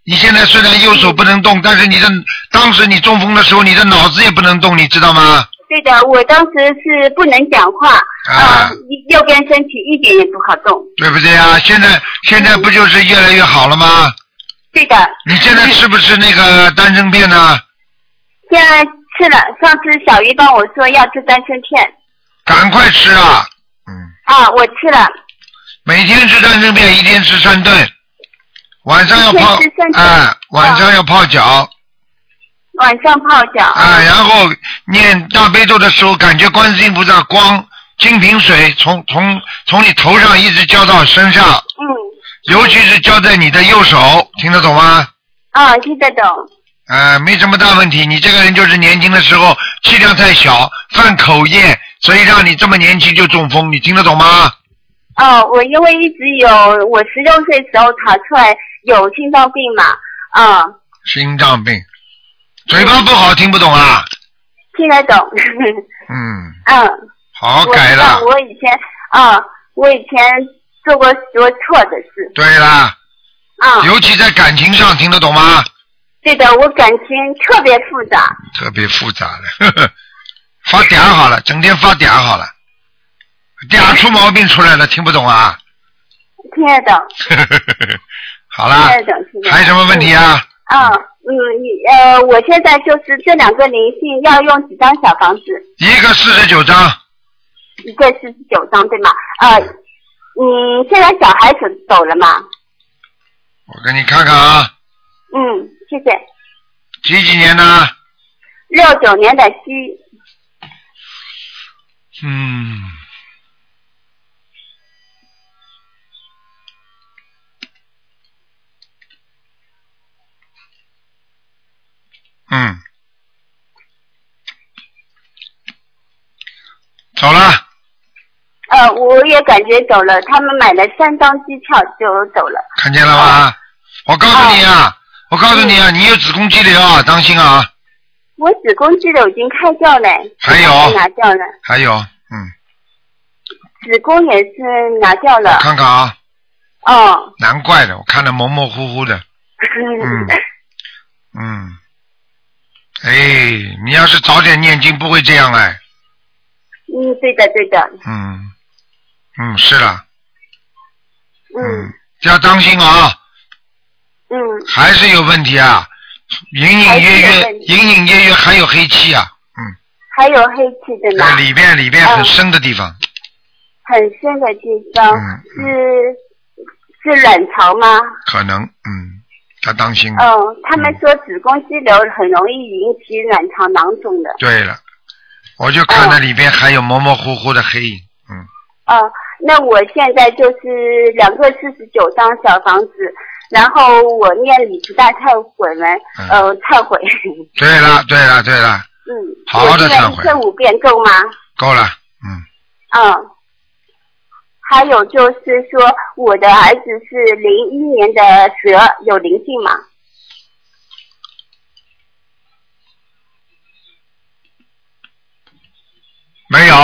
Speaker 1: 你现在虽然右手不能动，但是你的当时你中风的时候，你的脑子也不能动，你知道吗？
Speaker 4: 对的。我当时是不能讲话，呃，
Speaker 1: 啊
Speaker 4: 右边身体一点也不好动。
Speaker 1: 对不对啊？现在现在不就是越来越好了吗？
Speaker 4: 对的，
Speaker 1: 你现在吃不吃那个丹参片呢？
Speaker 4: 现在吃了，上次小鱼帮我说要吃丹参片
Speaker 1: 赶快吃啊！嗯，
Speaker 4: 啊，我吃了。
Speaker 1: 每天吃丹参片，一天吃三顿，晚上要泡
Speaker 4: 一天吃三顿
Speaker 1: 啊，晚上要泡脚。
Speaker 4: 晚上泡脚，
Speaker 1: 啊，然后念大悲咒的时候，感觉观世音菩萨光金瓶水从从从你头上一直浇到身上，
Speaker 4: 嗯，
Speaker 1: 尤其是浇在你的右手，听得懂吗？
Speaker 4: 啊，听得懂，
Speaker 1: 啊，没什么大问题。你这个人就是年轻的时候气量太小，犯口业，所以让你这么年轻就中风，你听得懂吗？
Speaker 4: 哦，我因为一直有，我十六岁时候查出来有心脏病嘛，啊，
Speaker 1: 心脏病，嘴巴不好，听不懂啊？
Speaker 4: 听得懂，
Speaker 1: 嗯，
Speaker 4: 嗯，
Speaker 1: 好好
Speaker 4: 我
Speaker 1: 改
Speaker 4: 知道
Speaker 1: 了。
Speaker 4: 我以前啊，我以前做过许多错的事，
Speaker 1: 对啦，
Speaker 4: 啊，
Speaker 1: 尤其在感情上，听得懂吗？
Speaker 4: 对的，我感情特别复杂，
Speaker 1: 特别复杂的， 呵呵发嗲好了，整天发嗲好了，嗲出毛病出来了，听不懂啊？
Speaker 4: 听得懂，
Speaker 1: 呵呵呵呵好啦，
Speaker 4: 听得懂，听得懂。
Speaker 1: 还有什么问题啊？
Speaker 4: 嗯？嗯嗯，你呃，我现在就是这两个灵性要用几张小房子？
Speaker 1: 一个四十九章，
Speaker 4: 一个四十九张，对吗？呃，嗯，现在小孩子走了嘛？
Speaker 1: 我给你看看啊，
Speaker 4: 嗯，谢谢。
Speaker 1: 几几年呢？
Speaker 4: 六九年的鸡，
Speaker 1: 嗯，嗯，走了，
Speaker 4: 呃，我也感觉走了，他们买了三张机票就走了。
Speaker 1: 看见了吧？我告诉你啊，我告诉你啊，你有子宫肌瘤啊，当心啊！
Speaker 4: 我子宫肌瘤已经开掉了，
Speaker 1: 还有
Speaker 4: 还拿掉了，
Speaker 1: 还有，嗯，
Speaker 4: 子宫也是拿掉了。
Speaker 1: 看看啊，
Speaker 4: 哦，
Speaker 1: 难怪的，我看的模模糊糊的，嗯嗯，哎，你要是早点念经，不会这样哎，
Speaker 4: 嗯，对的对的，
Speaker 1: 嗯嗯，是了，
Speaker 4: 嗯
Speaker 1: 要当心啊，
Speaker 4: 嗯，
Speaker 1: 还是有问题啊，隐隐约
Speaker 4: 还是有
Speaker 1: 约
Speaker 4: 问，题
Speaker 1: 隐隐约约还有黑气啊，
Speaker 4: 还有黑气的呢，
Speaker 1: 在呃里边里边很
Speaker 4: 嗯
Speaker 1: 深的地方，
Speaker 4: 很深的地方，
Speaker 1: 嗯
Speaker 4: 是是卵巢吗？
Speaker 1: 可能嗯，要当心啊。
Speaker 4: 哦，他们说子宫肌瘤很容易引起卵巢囊肿的。
Speaker 1: 对了，我就看到里边还有模模糊糊的黑影，嗯
Speaker 4: 哦，那我现在就是两个四十九张小房子，然后我念礼佛大忏悔文，
Speaker 1: 嗯
Speaker 4: 呃，忏悔，
Speaker 1: 对了，对了，对了，
Speaker 4: 嗯，
Speaker 1: 好好地忏悔
Speaker 4: 这五遍够吗？
Speaker 1: 够了，嗯，
Speaker 4: 嗯。还有就是说，我的儿子是零一年的蛇，有灵性吗？
Speaker 1: 没有，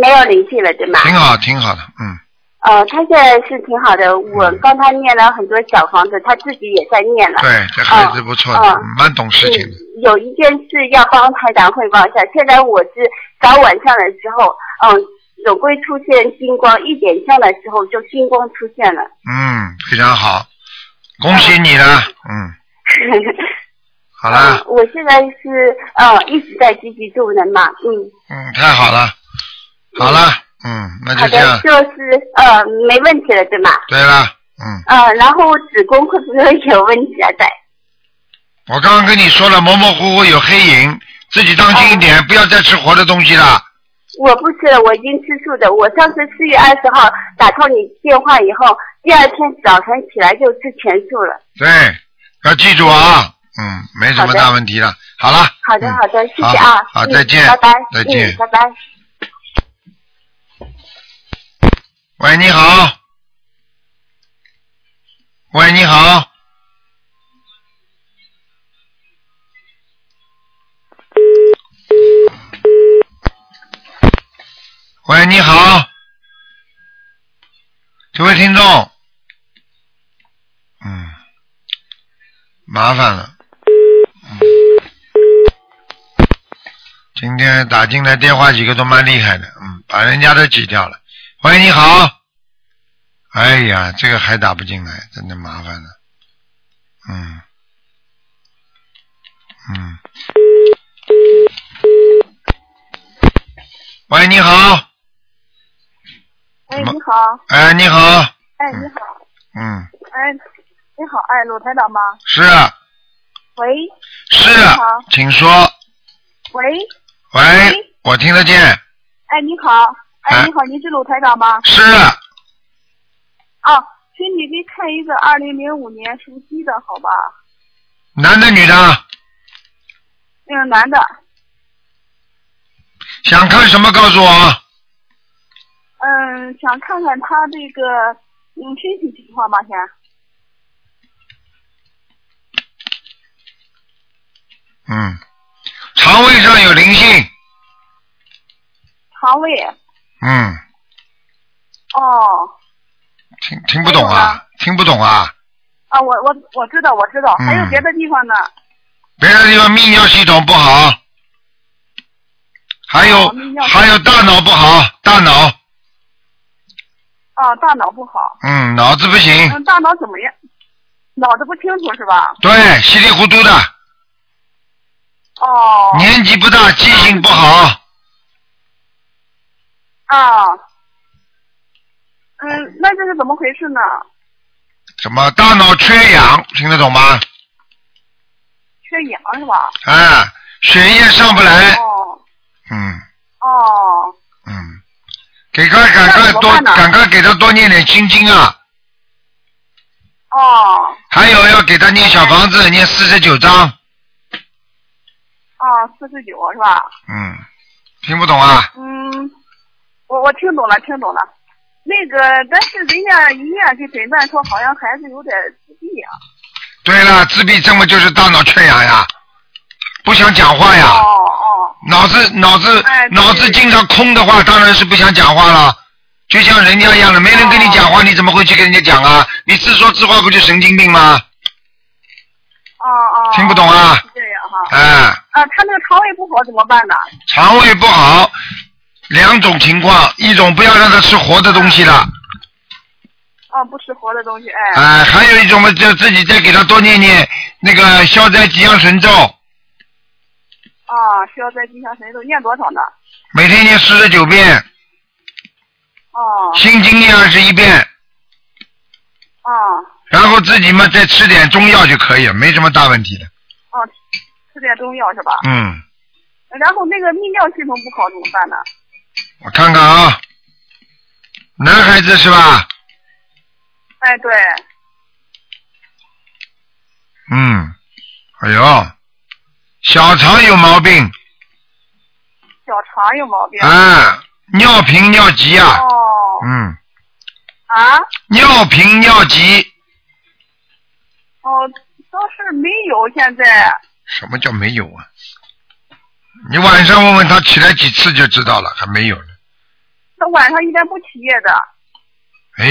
Speaker 4: 没有灵性了，对吗？
Speaker 1: 挺好，挺好的，嗯，
Speaker 4: 呃，他现在是挺好的，我帮他念了很多小房子，他自己也在念了。
Speaker 1: 对，这孩子不错的，
Speaker 4: 嗯
Speaker 1: 蛮懂事情的，
Speaker 4: 嗯，有一件事要帮台长汇报一下。现在我是早晚上的时候，嗯，总归出现星光，一点像的时候就星光出现了。
Speaker 1: 嗯，非常好，恭喜你了，嗯，好
Speaker 4: 嗯
Speaker 1: 了，
Speaker 4: 我现在是呃一直在积极助人嘛，嗯，
Speaker 1: 嗯，太好了，好了，嗯，那
Speaker 4: 好
Speaker 1: 就这
Speaker 4: 的，
Speaker 1: 样，
Speaker 4: 就是呃没问题了，对吗？
Speaker 1: 对了，嗯，
Speaker 4: 呃，然后子宫会不会有问题啊？在
Speaker 1: 我刚刚跟你说了，模模糊糊有黑影，自己当心一点，
Speaker 4: 哦
Speaker 1: 不要再吃活的东西了，
Speaker 4: 我不吃了，我已经吃素的。我上次四月二十号打通你电话以后，第二天早晨起来就吃全素了。
Speaker 1: 对，要记住啊，嗯，没什么
Speaker 4: 好的
Speaker 1: 大问题了，好了，
Speaker 4: 好的，
Speaker 1: 嗯
Speaker 4: 好的，谢谢啊，
Speaker 1: 好好
Speaker 4: 嗯
Speaker 1: 再见
Speaker 4: 拜拜，
Speaker 1: 再见
Speaker 4: 嗯拜拜。
Speaker 1: 喂，你好。喂，你好。喂，你好，这位听众，嗯，麻烦了，嗯，今天打进来电话几个都蛮厉害的，嗯，把人家都挤掉了。喂，你好。哎呀，这个还打不进来，真的麻烦了。嗯，嗯。喂，你好。
Speaker 10: 哎，你好，
Speaker 1: 哎，你好。
Speaker 10: 哎，你好，
Speaker 1: 嗯，
Speaker 10: 哎，你好，哎，鲁台长吗？
Speaker 1: 是
Speaker 10: 喂，哎
Speaker 1: 是啊
Speaker 10: 你好，
Speaker 1: 请说。
Speaker 10: 喂，
Speaker 1: 喂，我听得见。
Speaker 10: 哎，你好，哎，
Speaker 1: 哎
Speaker 10: 你好，您是鲁台长吗？
Speaker 1: 是啊
Speaker 10: 哦，请你给看一个二零零五年属鸡的，好吧？
Speaker 1: 男的女的？
Speaker 10: 那个男的，
Speaker 1: 想看什么告诉我？
Speaker 10: 嗯，想看看他这个嗯身体情况吧，先。
Speaker 1: 嗯，肠胃上有灵性。
Speaker 10: 肠胃，
Speaker 1: 嗯，
Speaker 10: 哦，
Speaker 1: 听听不懂啊，听不懂啊。
Speaker 10: 啊，我我我知道，我知道，
Speaker 1: 嗯
Speaker 10: 还有别的地方呢？
Speaker 1: 别的地方泌尿系统不好，还有、
Speaker 10: 哦泌尿系统
Speaker 1: 还有大脑不好，大脑，
Speaker 10: 啊，大脑不好，
Speaker 1: 嗯，脑子不行，
Speaker 10: 嗯，大脑怎么样？脑子不清楚是吧？
Speaker 1: 对，稀里糊涂的，
Speaker 10: 哦，
Speaker 1: 年纪不大，记性不好，
Speaker 10: 啊，嗯，那这是怎么回事呢？
Speaker 1: 什么大脑缺氧，听得懂吗？
Speaker 10: 缺氧是吧？
Speaker 1: 啊，血液上不来，
Speaker 10: 哦
Speaker 1: 嗯
Speaker 10: 哦，
Speaker 1: 嗯，给他赶快
Speaker 10: 那怎么
Speaker 1: 多
Speaker 10: 办呢
Speaker 1: 赶快给他多念点心经啊，
Speaker 10: 哦
Speaker 1: 还有要给他念小房子，念四十九章，
Speaker 10: 啊哦，四十九是吧？
Speaker 1: 嗯，听不懂啊？
Speaker 4: 嗯，我我听懂了，听懂了。那个，但是人家医院给诊断说，好像孩子有点自闭
Speaker 10: 啊
Speaker 4: 呀、
Speaker 1: 对了，自闭症嘛就是大脑缺氧呀，不想讲话呀。
Speaker 4: 哦哎
Speaker 1: 脑子脑子、脑子经常空的话，当然是不想讲话了。就像人家一样的，没人跟你
Speaker 4: 哦
Speaker 1: 讲话，你怎么会去跟人家讲啊？你自说自话不就神经病吗？哦哦。听不懂啊？
Speaker 4: 是这样哈。
Speaker 1: 哎，
Speaker 4: 啊，他那个肠胃不好怎么办呢？
Speaker 1: 肠胃不好，两种情况，一种不要让他吃活的东西了，
Speaker 4: 啊，不吃活的东西，哎。
Speaker 1: 哎，还有一种嘛，就自己再给他多念念那个消灾吉祥神咒，
Speaker 4: 啊，需要在吉祥神咒念多少呢？
Speaker 1: 每天念四十九遍，
Speaker 4: 哦。
Speaker 1: 心经念二十一遍。
Speaker 4: 啊
Speaker 1: 然后自己嘛再吃点中药就可以了，没什么大问题的。
Speaker 4: 啊，吃点中药是吧？
Speaker 1: 嗯，
Speaker 4: 然后那个泌尿系统不好怎么办呢？
Speaker 1: 我看看啊，男孩子是吧？
Speaker 4: 哎，对，
Speaker 1: 嗯，哎呦，小肠有毛病
Speaker 4: 小肠有毛病。
Speaker 1: 啊，尿频尿急啊，
Speaker 4: 哦
Speaker 1: 嗯，
Speaker 4: 啊，
Speaker 1: 尿频尿急，
Speaker 4: 哦，倒是没有现在。
Speaker 1: 什么叫没有啊？你晚上问问他起来几次就知道了，还没有呢。
Speaker 4: 他晚上一般不起夜的，
Speaker 1: 哎，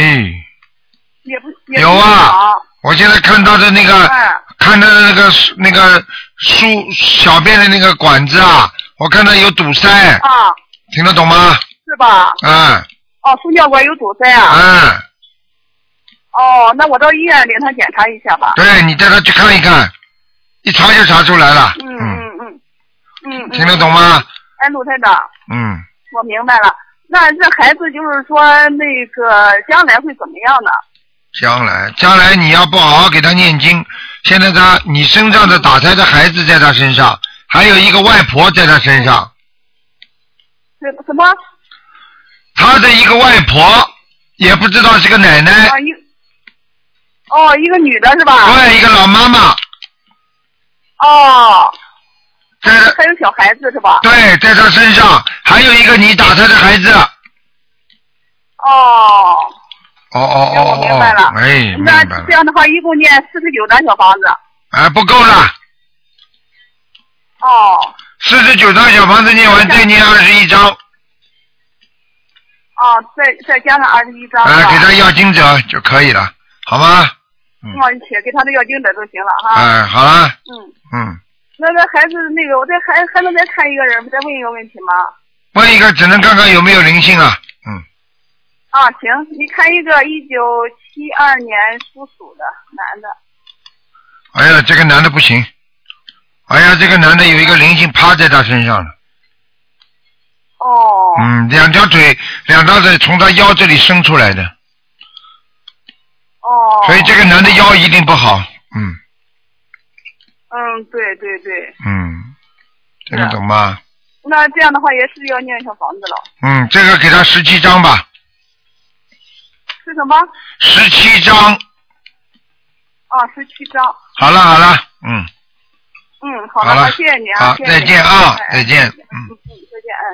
Speaker 4: 也不也不
Speaker 1: 有啊
Speaker 4: 早，
Speaker 1: 我现在看他的那个
Speaker 4: 哎，
Speaker 1: 看他的那个那个输小便的那个管子啊，我看他有堵塞，
Speaker 4: 啊，
Speaker 1: 听得懂吗？
Speaker 4: 是吧？
Speaker 1: 嗯
Speaker 4: 哦，输尿管有堵塞啊。
Speaker 1: 嗯，
Speaker 4: 哦，那我到医院领他检查一下吧。
Speaker 1: 对你带他去看一看，一查就查出来了。
Speaker 4: 嗯
Speaker 1: 嗯
Speaker 4: 嗯嗯嗯。嗯
Speaker 1: 听得懂吗？
Speaker 4: 哎，陆台长，
Speaker 1: 嗯，
Speaker 4: 我明白了。那这孩子就是说，那个将来会怎么样呢？
Speaker 1: 将来将来你要不好好给他念经，现在他你身上的打胎的孩子在他身上，还有一个外婆在他身上，
Speaker 4: 什什么？
Speaker 1: 他的一个外婆也不知道是个奶奶，
Speaker 4: 啊，一哦，一个女的是吧？
Speaker 1: 对，一个老妈妈。
Speaker 4: 哦。
Speaker 1: 这
Speaker 4: 还有小孩子是吧？
Speaker 1: 对，在他身上还有一个你打胎的孩子。哦
Speaker 4: 哦，
Speaker 1: 哦哦哦，
Speaker 4: 我明白了
Speaker 1: 哎，明
Speaker 4: 那
Speaker 1: 白了
Speaker 4: 这，样的话，一共念四十九张小房子。
Speaker 1: 啊，不够了，
Speaker 4: 哦
Speaker 1: 四十九张小房子念完，再念二十一张，
Speaker 4: 哦，再再加上二十一张。
Speaker 1: 啊，
Speaker 4: 是吧
Speaker 1: 给他要经嗯者就可以了，好吗？
Speaker 4: 哦，你写给他的要经者就行了哈。
Speaker 1: 哎，好了，
Speaker 4: 嗯，
Speaker 1: 嗯，
Speaker 4: 那那孩子那个，我再还还能再看一个人，再问一个问题吗？
Speaker 1: 问一个只能看看有没有灵性啊，
Speaker 4: 啊，行，你看一个一九七二年属鼠的男的，
Speaker 1: 哎呀，这个男的不行，哎呀，这个男的有一个灵性趴在他身上了。哦。嗯，两条腿，两条腿从他腰这里伸出来的。哦。所以这个男的腰一定不好，嗯
Speaker 4: 嗯，对对对，
Speaker 1: 嗯，听得懂吗？
Speaker 4: 那这样的话也是要念小房子了，
Speaker 1: 嗯，这个给他十七张吧，
Speaker 4: 是什么？
Speaker 1: 十七张，
Speaker 4: 啊，十七张，
Speaker 1: 好了好了，嗯，
Speaker 4: 嗯，好
Speaker 1: 好了，
Speaker 4: 谢谢你啊，
Speaker 1: 好
Speaker 4: 谢，谢
Speaker 1: 再
Speaker 4: 你
Speaker 1: 见啊
Speaker 4: 哎，
Speaker 1: 再见，嗯。
Speaker 4: 再见，嗯。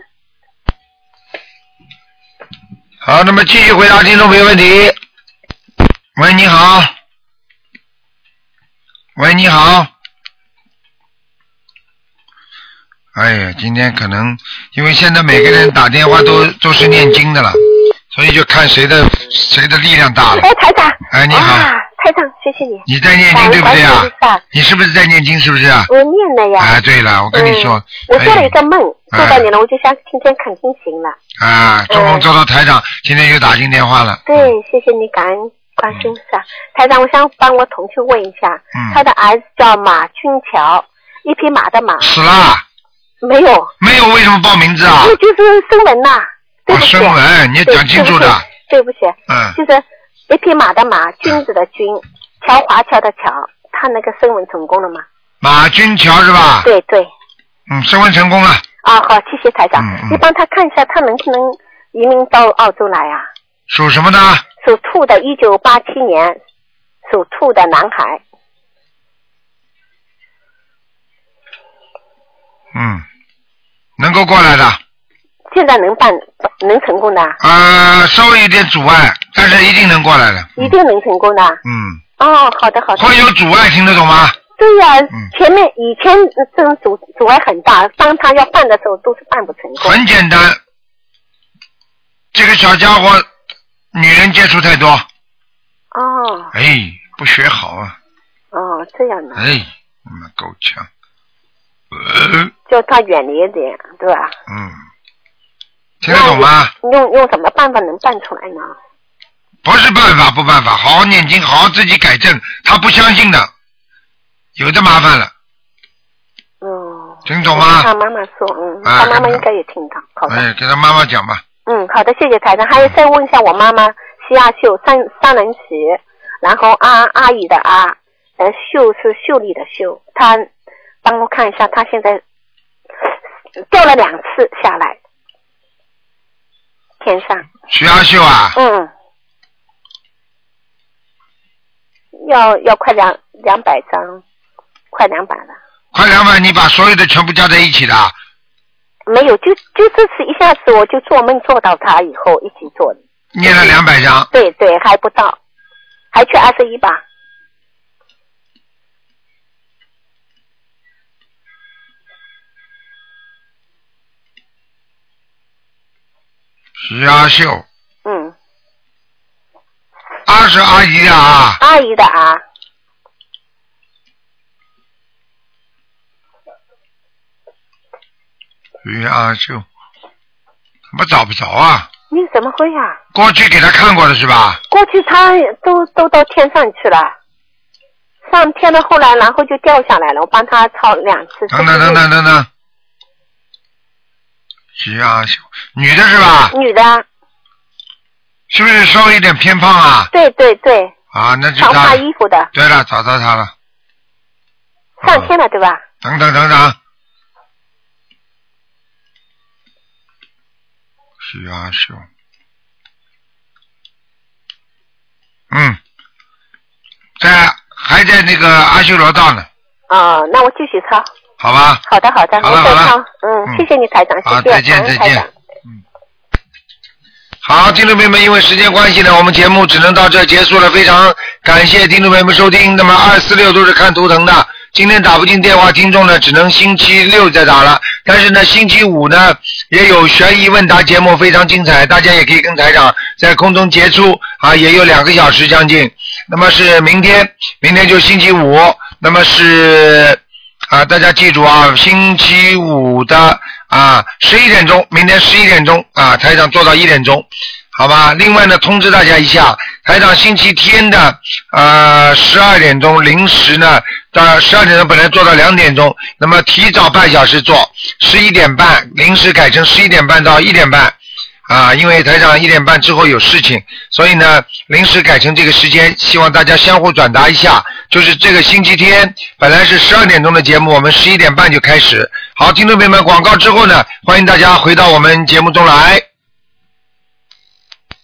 Speaker 1: 好，那么继续回答听众朋友问题。喂，你好。喂，你好。哎呀，今天可能因为现在每个人打电话都都是念经的了，所以就看谁的谁的力量大了。
Speaker 11: 哎，台长。
Speaker 1: 哎，你好，
Speaker 11: 啊，台长，谢谢你。
Speaker 1: 你在念
Speaker 11: 感恩
Speaker 1: 经对不对
Speaker 11: 观
Speaker 1: 啊
Speaker 11: 世音菩 萨？
Speaker 1: 你是不是在念经？是不是啊？
Speaker 11: 我念了呀。
Speaker 1: 哎，对了，我跟你说
Speaker 11: 嗯，我
Speaker 1: 哎
Speaker 11: 做了一个梦，
Speaker 1: 哎
Speaker 11: 做到你了，我就想今天肯定行了。
Speaker 1: 啊，做
Speaker 11: 嗯
Speaker 1: 梦做到台长，今天又打进电话了。
Speaker 11: 对，谢谢你，感恩观世音菩萨。台长，我想帮我同学问一下，
Speaker 1: 嗯
Speaker 11: 他的儿子叫马俊桥，一匹马的马。
Speaker 1: 死啦？
Speaker 11: 没有。
Speaker 1: 没有，为什么报名字啊？
Speaker 11: 那就是声纹呐、对不起。
Speaker 1: 声纹你要
Speaker 11: 对
Speaker 1: 讲清楚的
Speaker 11: 对不起。
Speaker 1: 嗯
Speaker 11: 对不起就是一匹马的马，君子的君，乔华侨的乔，他那个声纹成功了吗？
Speaker 1: 马军桥是吧？
Speaker 11: 对对。
Speaker 1: 嗯，升温成功了。嗯
Speaker 11: 啊，好，谢谢台长。你帮他看一下，他能不能移民到澳洲来啊？
Speaker 1: 属什么的？
Speaker 11: 属兔的，一九八七年，属兔的男孩。
Speaker 1: 嗯，能够过来的。
Speaker 11: 现在能办能成功的啊？
Speaker 1: 啊，稍微有点阻碍，但是一定能过来的。
Speaker 11: 一定能成功的啊？
Speaker 1: 嗯，
Speaker 11: 哦，好的好的。
Speaker 1: 会有阻碍，嗯听得懂吗？
Speaker 11: 对呀、前面以前呃这种阻阻碍很大，当他要办的时候都是办不成功。
Speaker 1: 很简单，这个小家伙，女人接触太多，
Speaker 11: 哦
Speaker 1: 哎，不学好啊，
Speaker 11: 哦，这样的，
Speaker 1: 哎，那么够呛。呃
Speaker 11: 叫他远离一点，对吧？
Speaker 1: 嗯，听得懂吗？
Speaker 11: 用用什么办法能办出来呢？
Speaker 1: 不是办法，不办法，好好念经，好好自己改正。他不相信的，有的麻烦了。
Speaker 11: 哦，
Speaker 1: 听懂
Speaker 11: 我跟
Speaker 1: 吗？
Speaker 11: 他妈妈说，嗯，
Speaker 1: 啊
Speaker 11: 他妈妈应该也听到。好的，
Speaker 1: 哎，给他妈妈讲吧。
Speaker 11: 嗯，好的，谢谢台长。还有再问一下我妈妈，西亚秀三三人石，然后阿阿姨的阿，呃，秀是秀丽的秀。她帮我看一下，她现在掉了两次下来，天上。
Speaker 1: 徐阿秀啊，
Speaker 11: 嗯，要要快两两百张，快两百了，
Speaker 1: 快两百，你把所有的全部加在一起的啊，
Speaker 11: 没有，就就这次一下子我就做梦做到他以后一起做的，
Speaker 1: 念了两百张，
Speaker 11: 对对，还不到，还缺二十一吧，
Speaker 1: 徐阿秀，
Speaker 11: 嗯，
Speaker 1: 二是阿姨的啊，
Speaker 11: 阿姨的啊，
Speaker 1: 徐阿秀，怎么找不着啊？
Speaker 11: 你怎么会呀、
Speaker 1: 过去给他看过了是吧？
Speaker 11: 过去他都都到天上去了，上天了，后来然后就掉下来了，我帮他抄两次，
Speaker 1: 等等等等等等，徐阿秀，啊女的是吧？
Speaker 11: 女的，
Speaker 1: 是不是稍微有点偏胖啊？
Speaker 11: 对对对，
Speaker 1: 啊，那就
Speaker 11: 长
Speaker 1: 她
Speaker 11: 发。衣服的，
Speaker 1: 对了，找到她了。
Speaker 11: 上天了对吧？
Speaker 1: 等等等等，徐阿秀，嗯，在还在那个阿修罗道呢，
Speaker 11: 啊，那我继续抄。
Speaker 1: 好吧？
Speaker 11: 好的，好的，
Speaker 1: 嗯好
Speaker 11: 我
Speaker 1: 了
Speaker 11: 再
Speaker 1: 好
Speaker 11: 唱
Speaker 1: 了。嗯
Speaker 11: 嗯，谢谢你台长，谢
Speaker 1: 好，
Speaker 11: 谢，
Speaker 1: 再见
Speaker 11: 感
Speaker 1: 再
Speaker 11: 恩台
Speaker 1: 见
Speaker 11: 长。。
Speaker 1: 好，听众朋友们，因为时间关系呢，我们节目只能到这儿结束了。非常感谢听众朋友们收听。那么二四六都是看图腾的，今天打不进电话，听众呢只能星期六再打了。但是呢，星期五呢也有悬疑问答节目，非常精彩，大家也可以跟台长在空中接触啊，也有两个小时将近。那么是明天，明天就星期五，那么是啊，大家记住啊，星期五的啊十一点钟，明天十一点钟啊，台长做到一点钟，好吧？另外呢，通知大家一下，台长星期天的呃十二点钟零时呢，到十二点钟本来做到两点钟，那么提早半小时做，十一点半临时改成十一点半到一点半。啊，因为台长一点半之后有事情，所以呢临时改成这个时间，希望大家相互转达一下。就是这个星期天本来是十二点钟的节目，我们十一点半就开始。好，听众朋友们，广告之后呢，欢迎大家回到我们节目中来。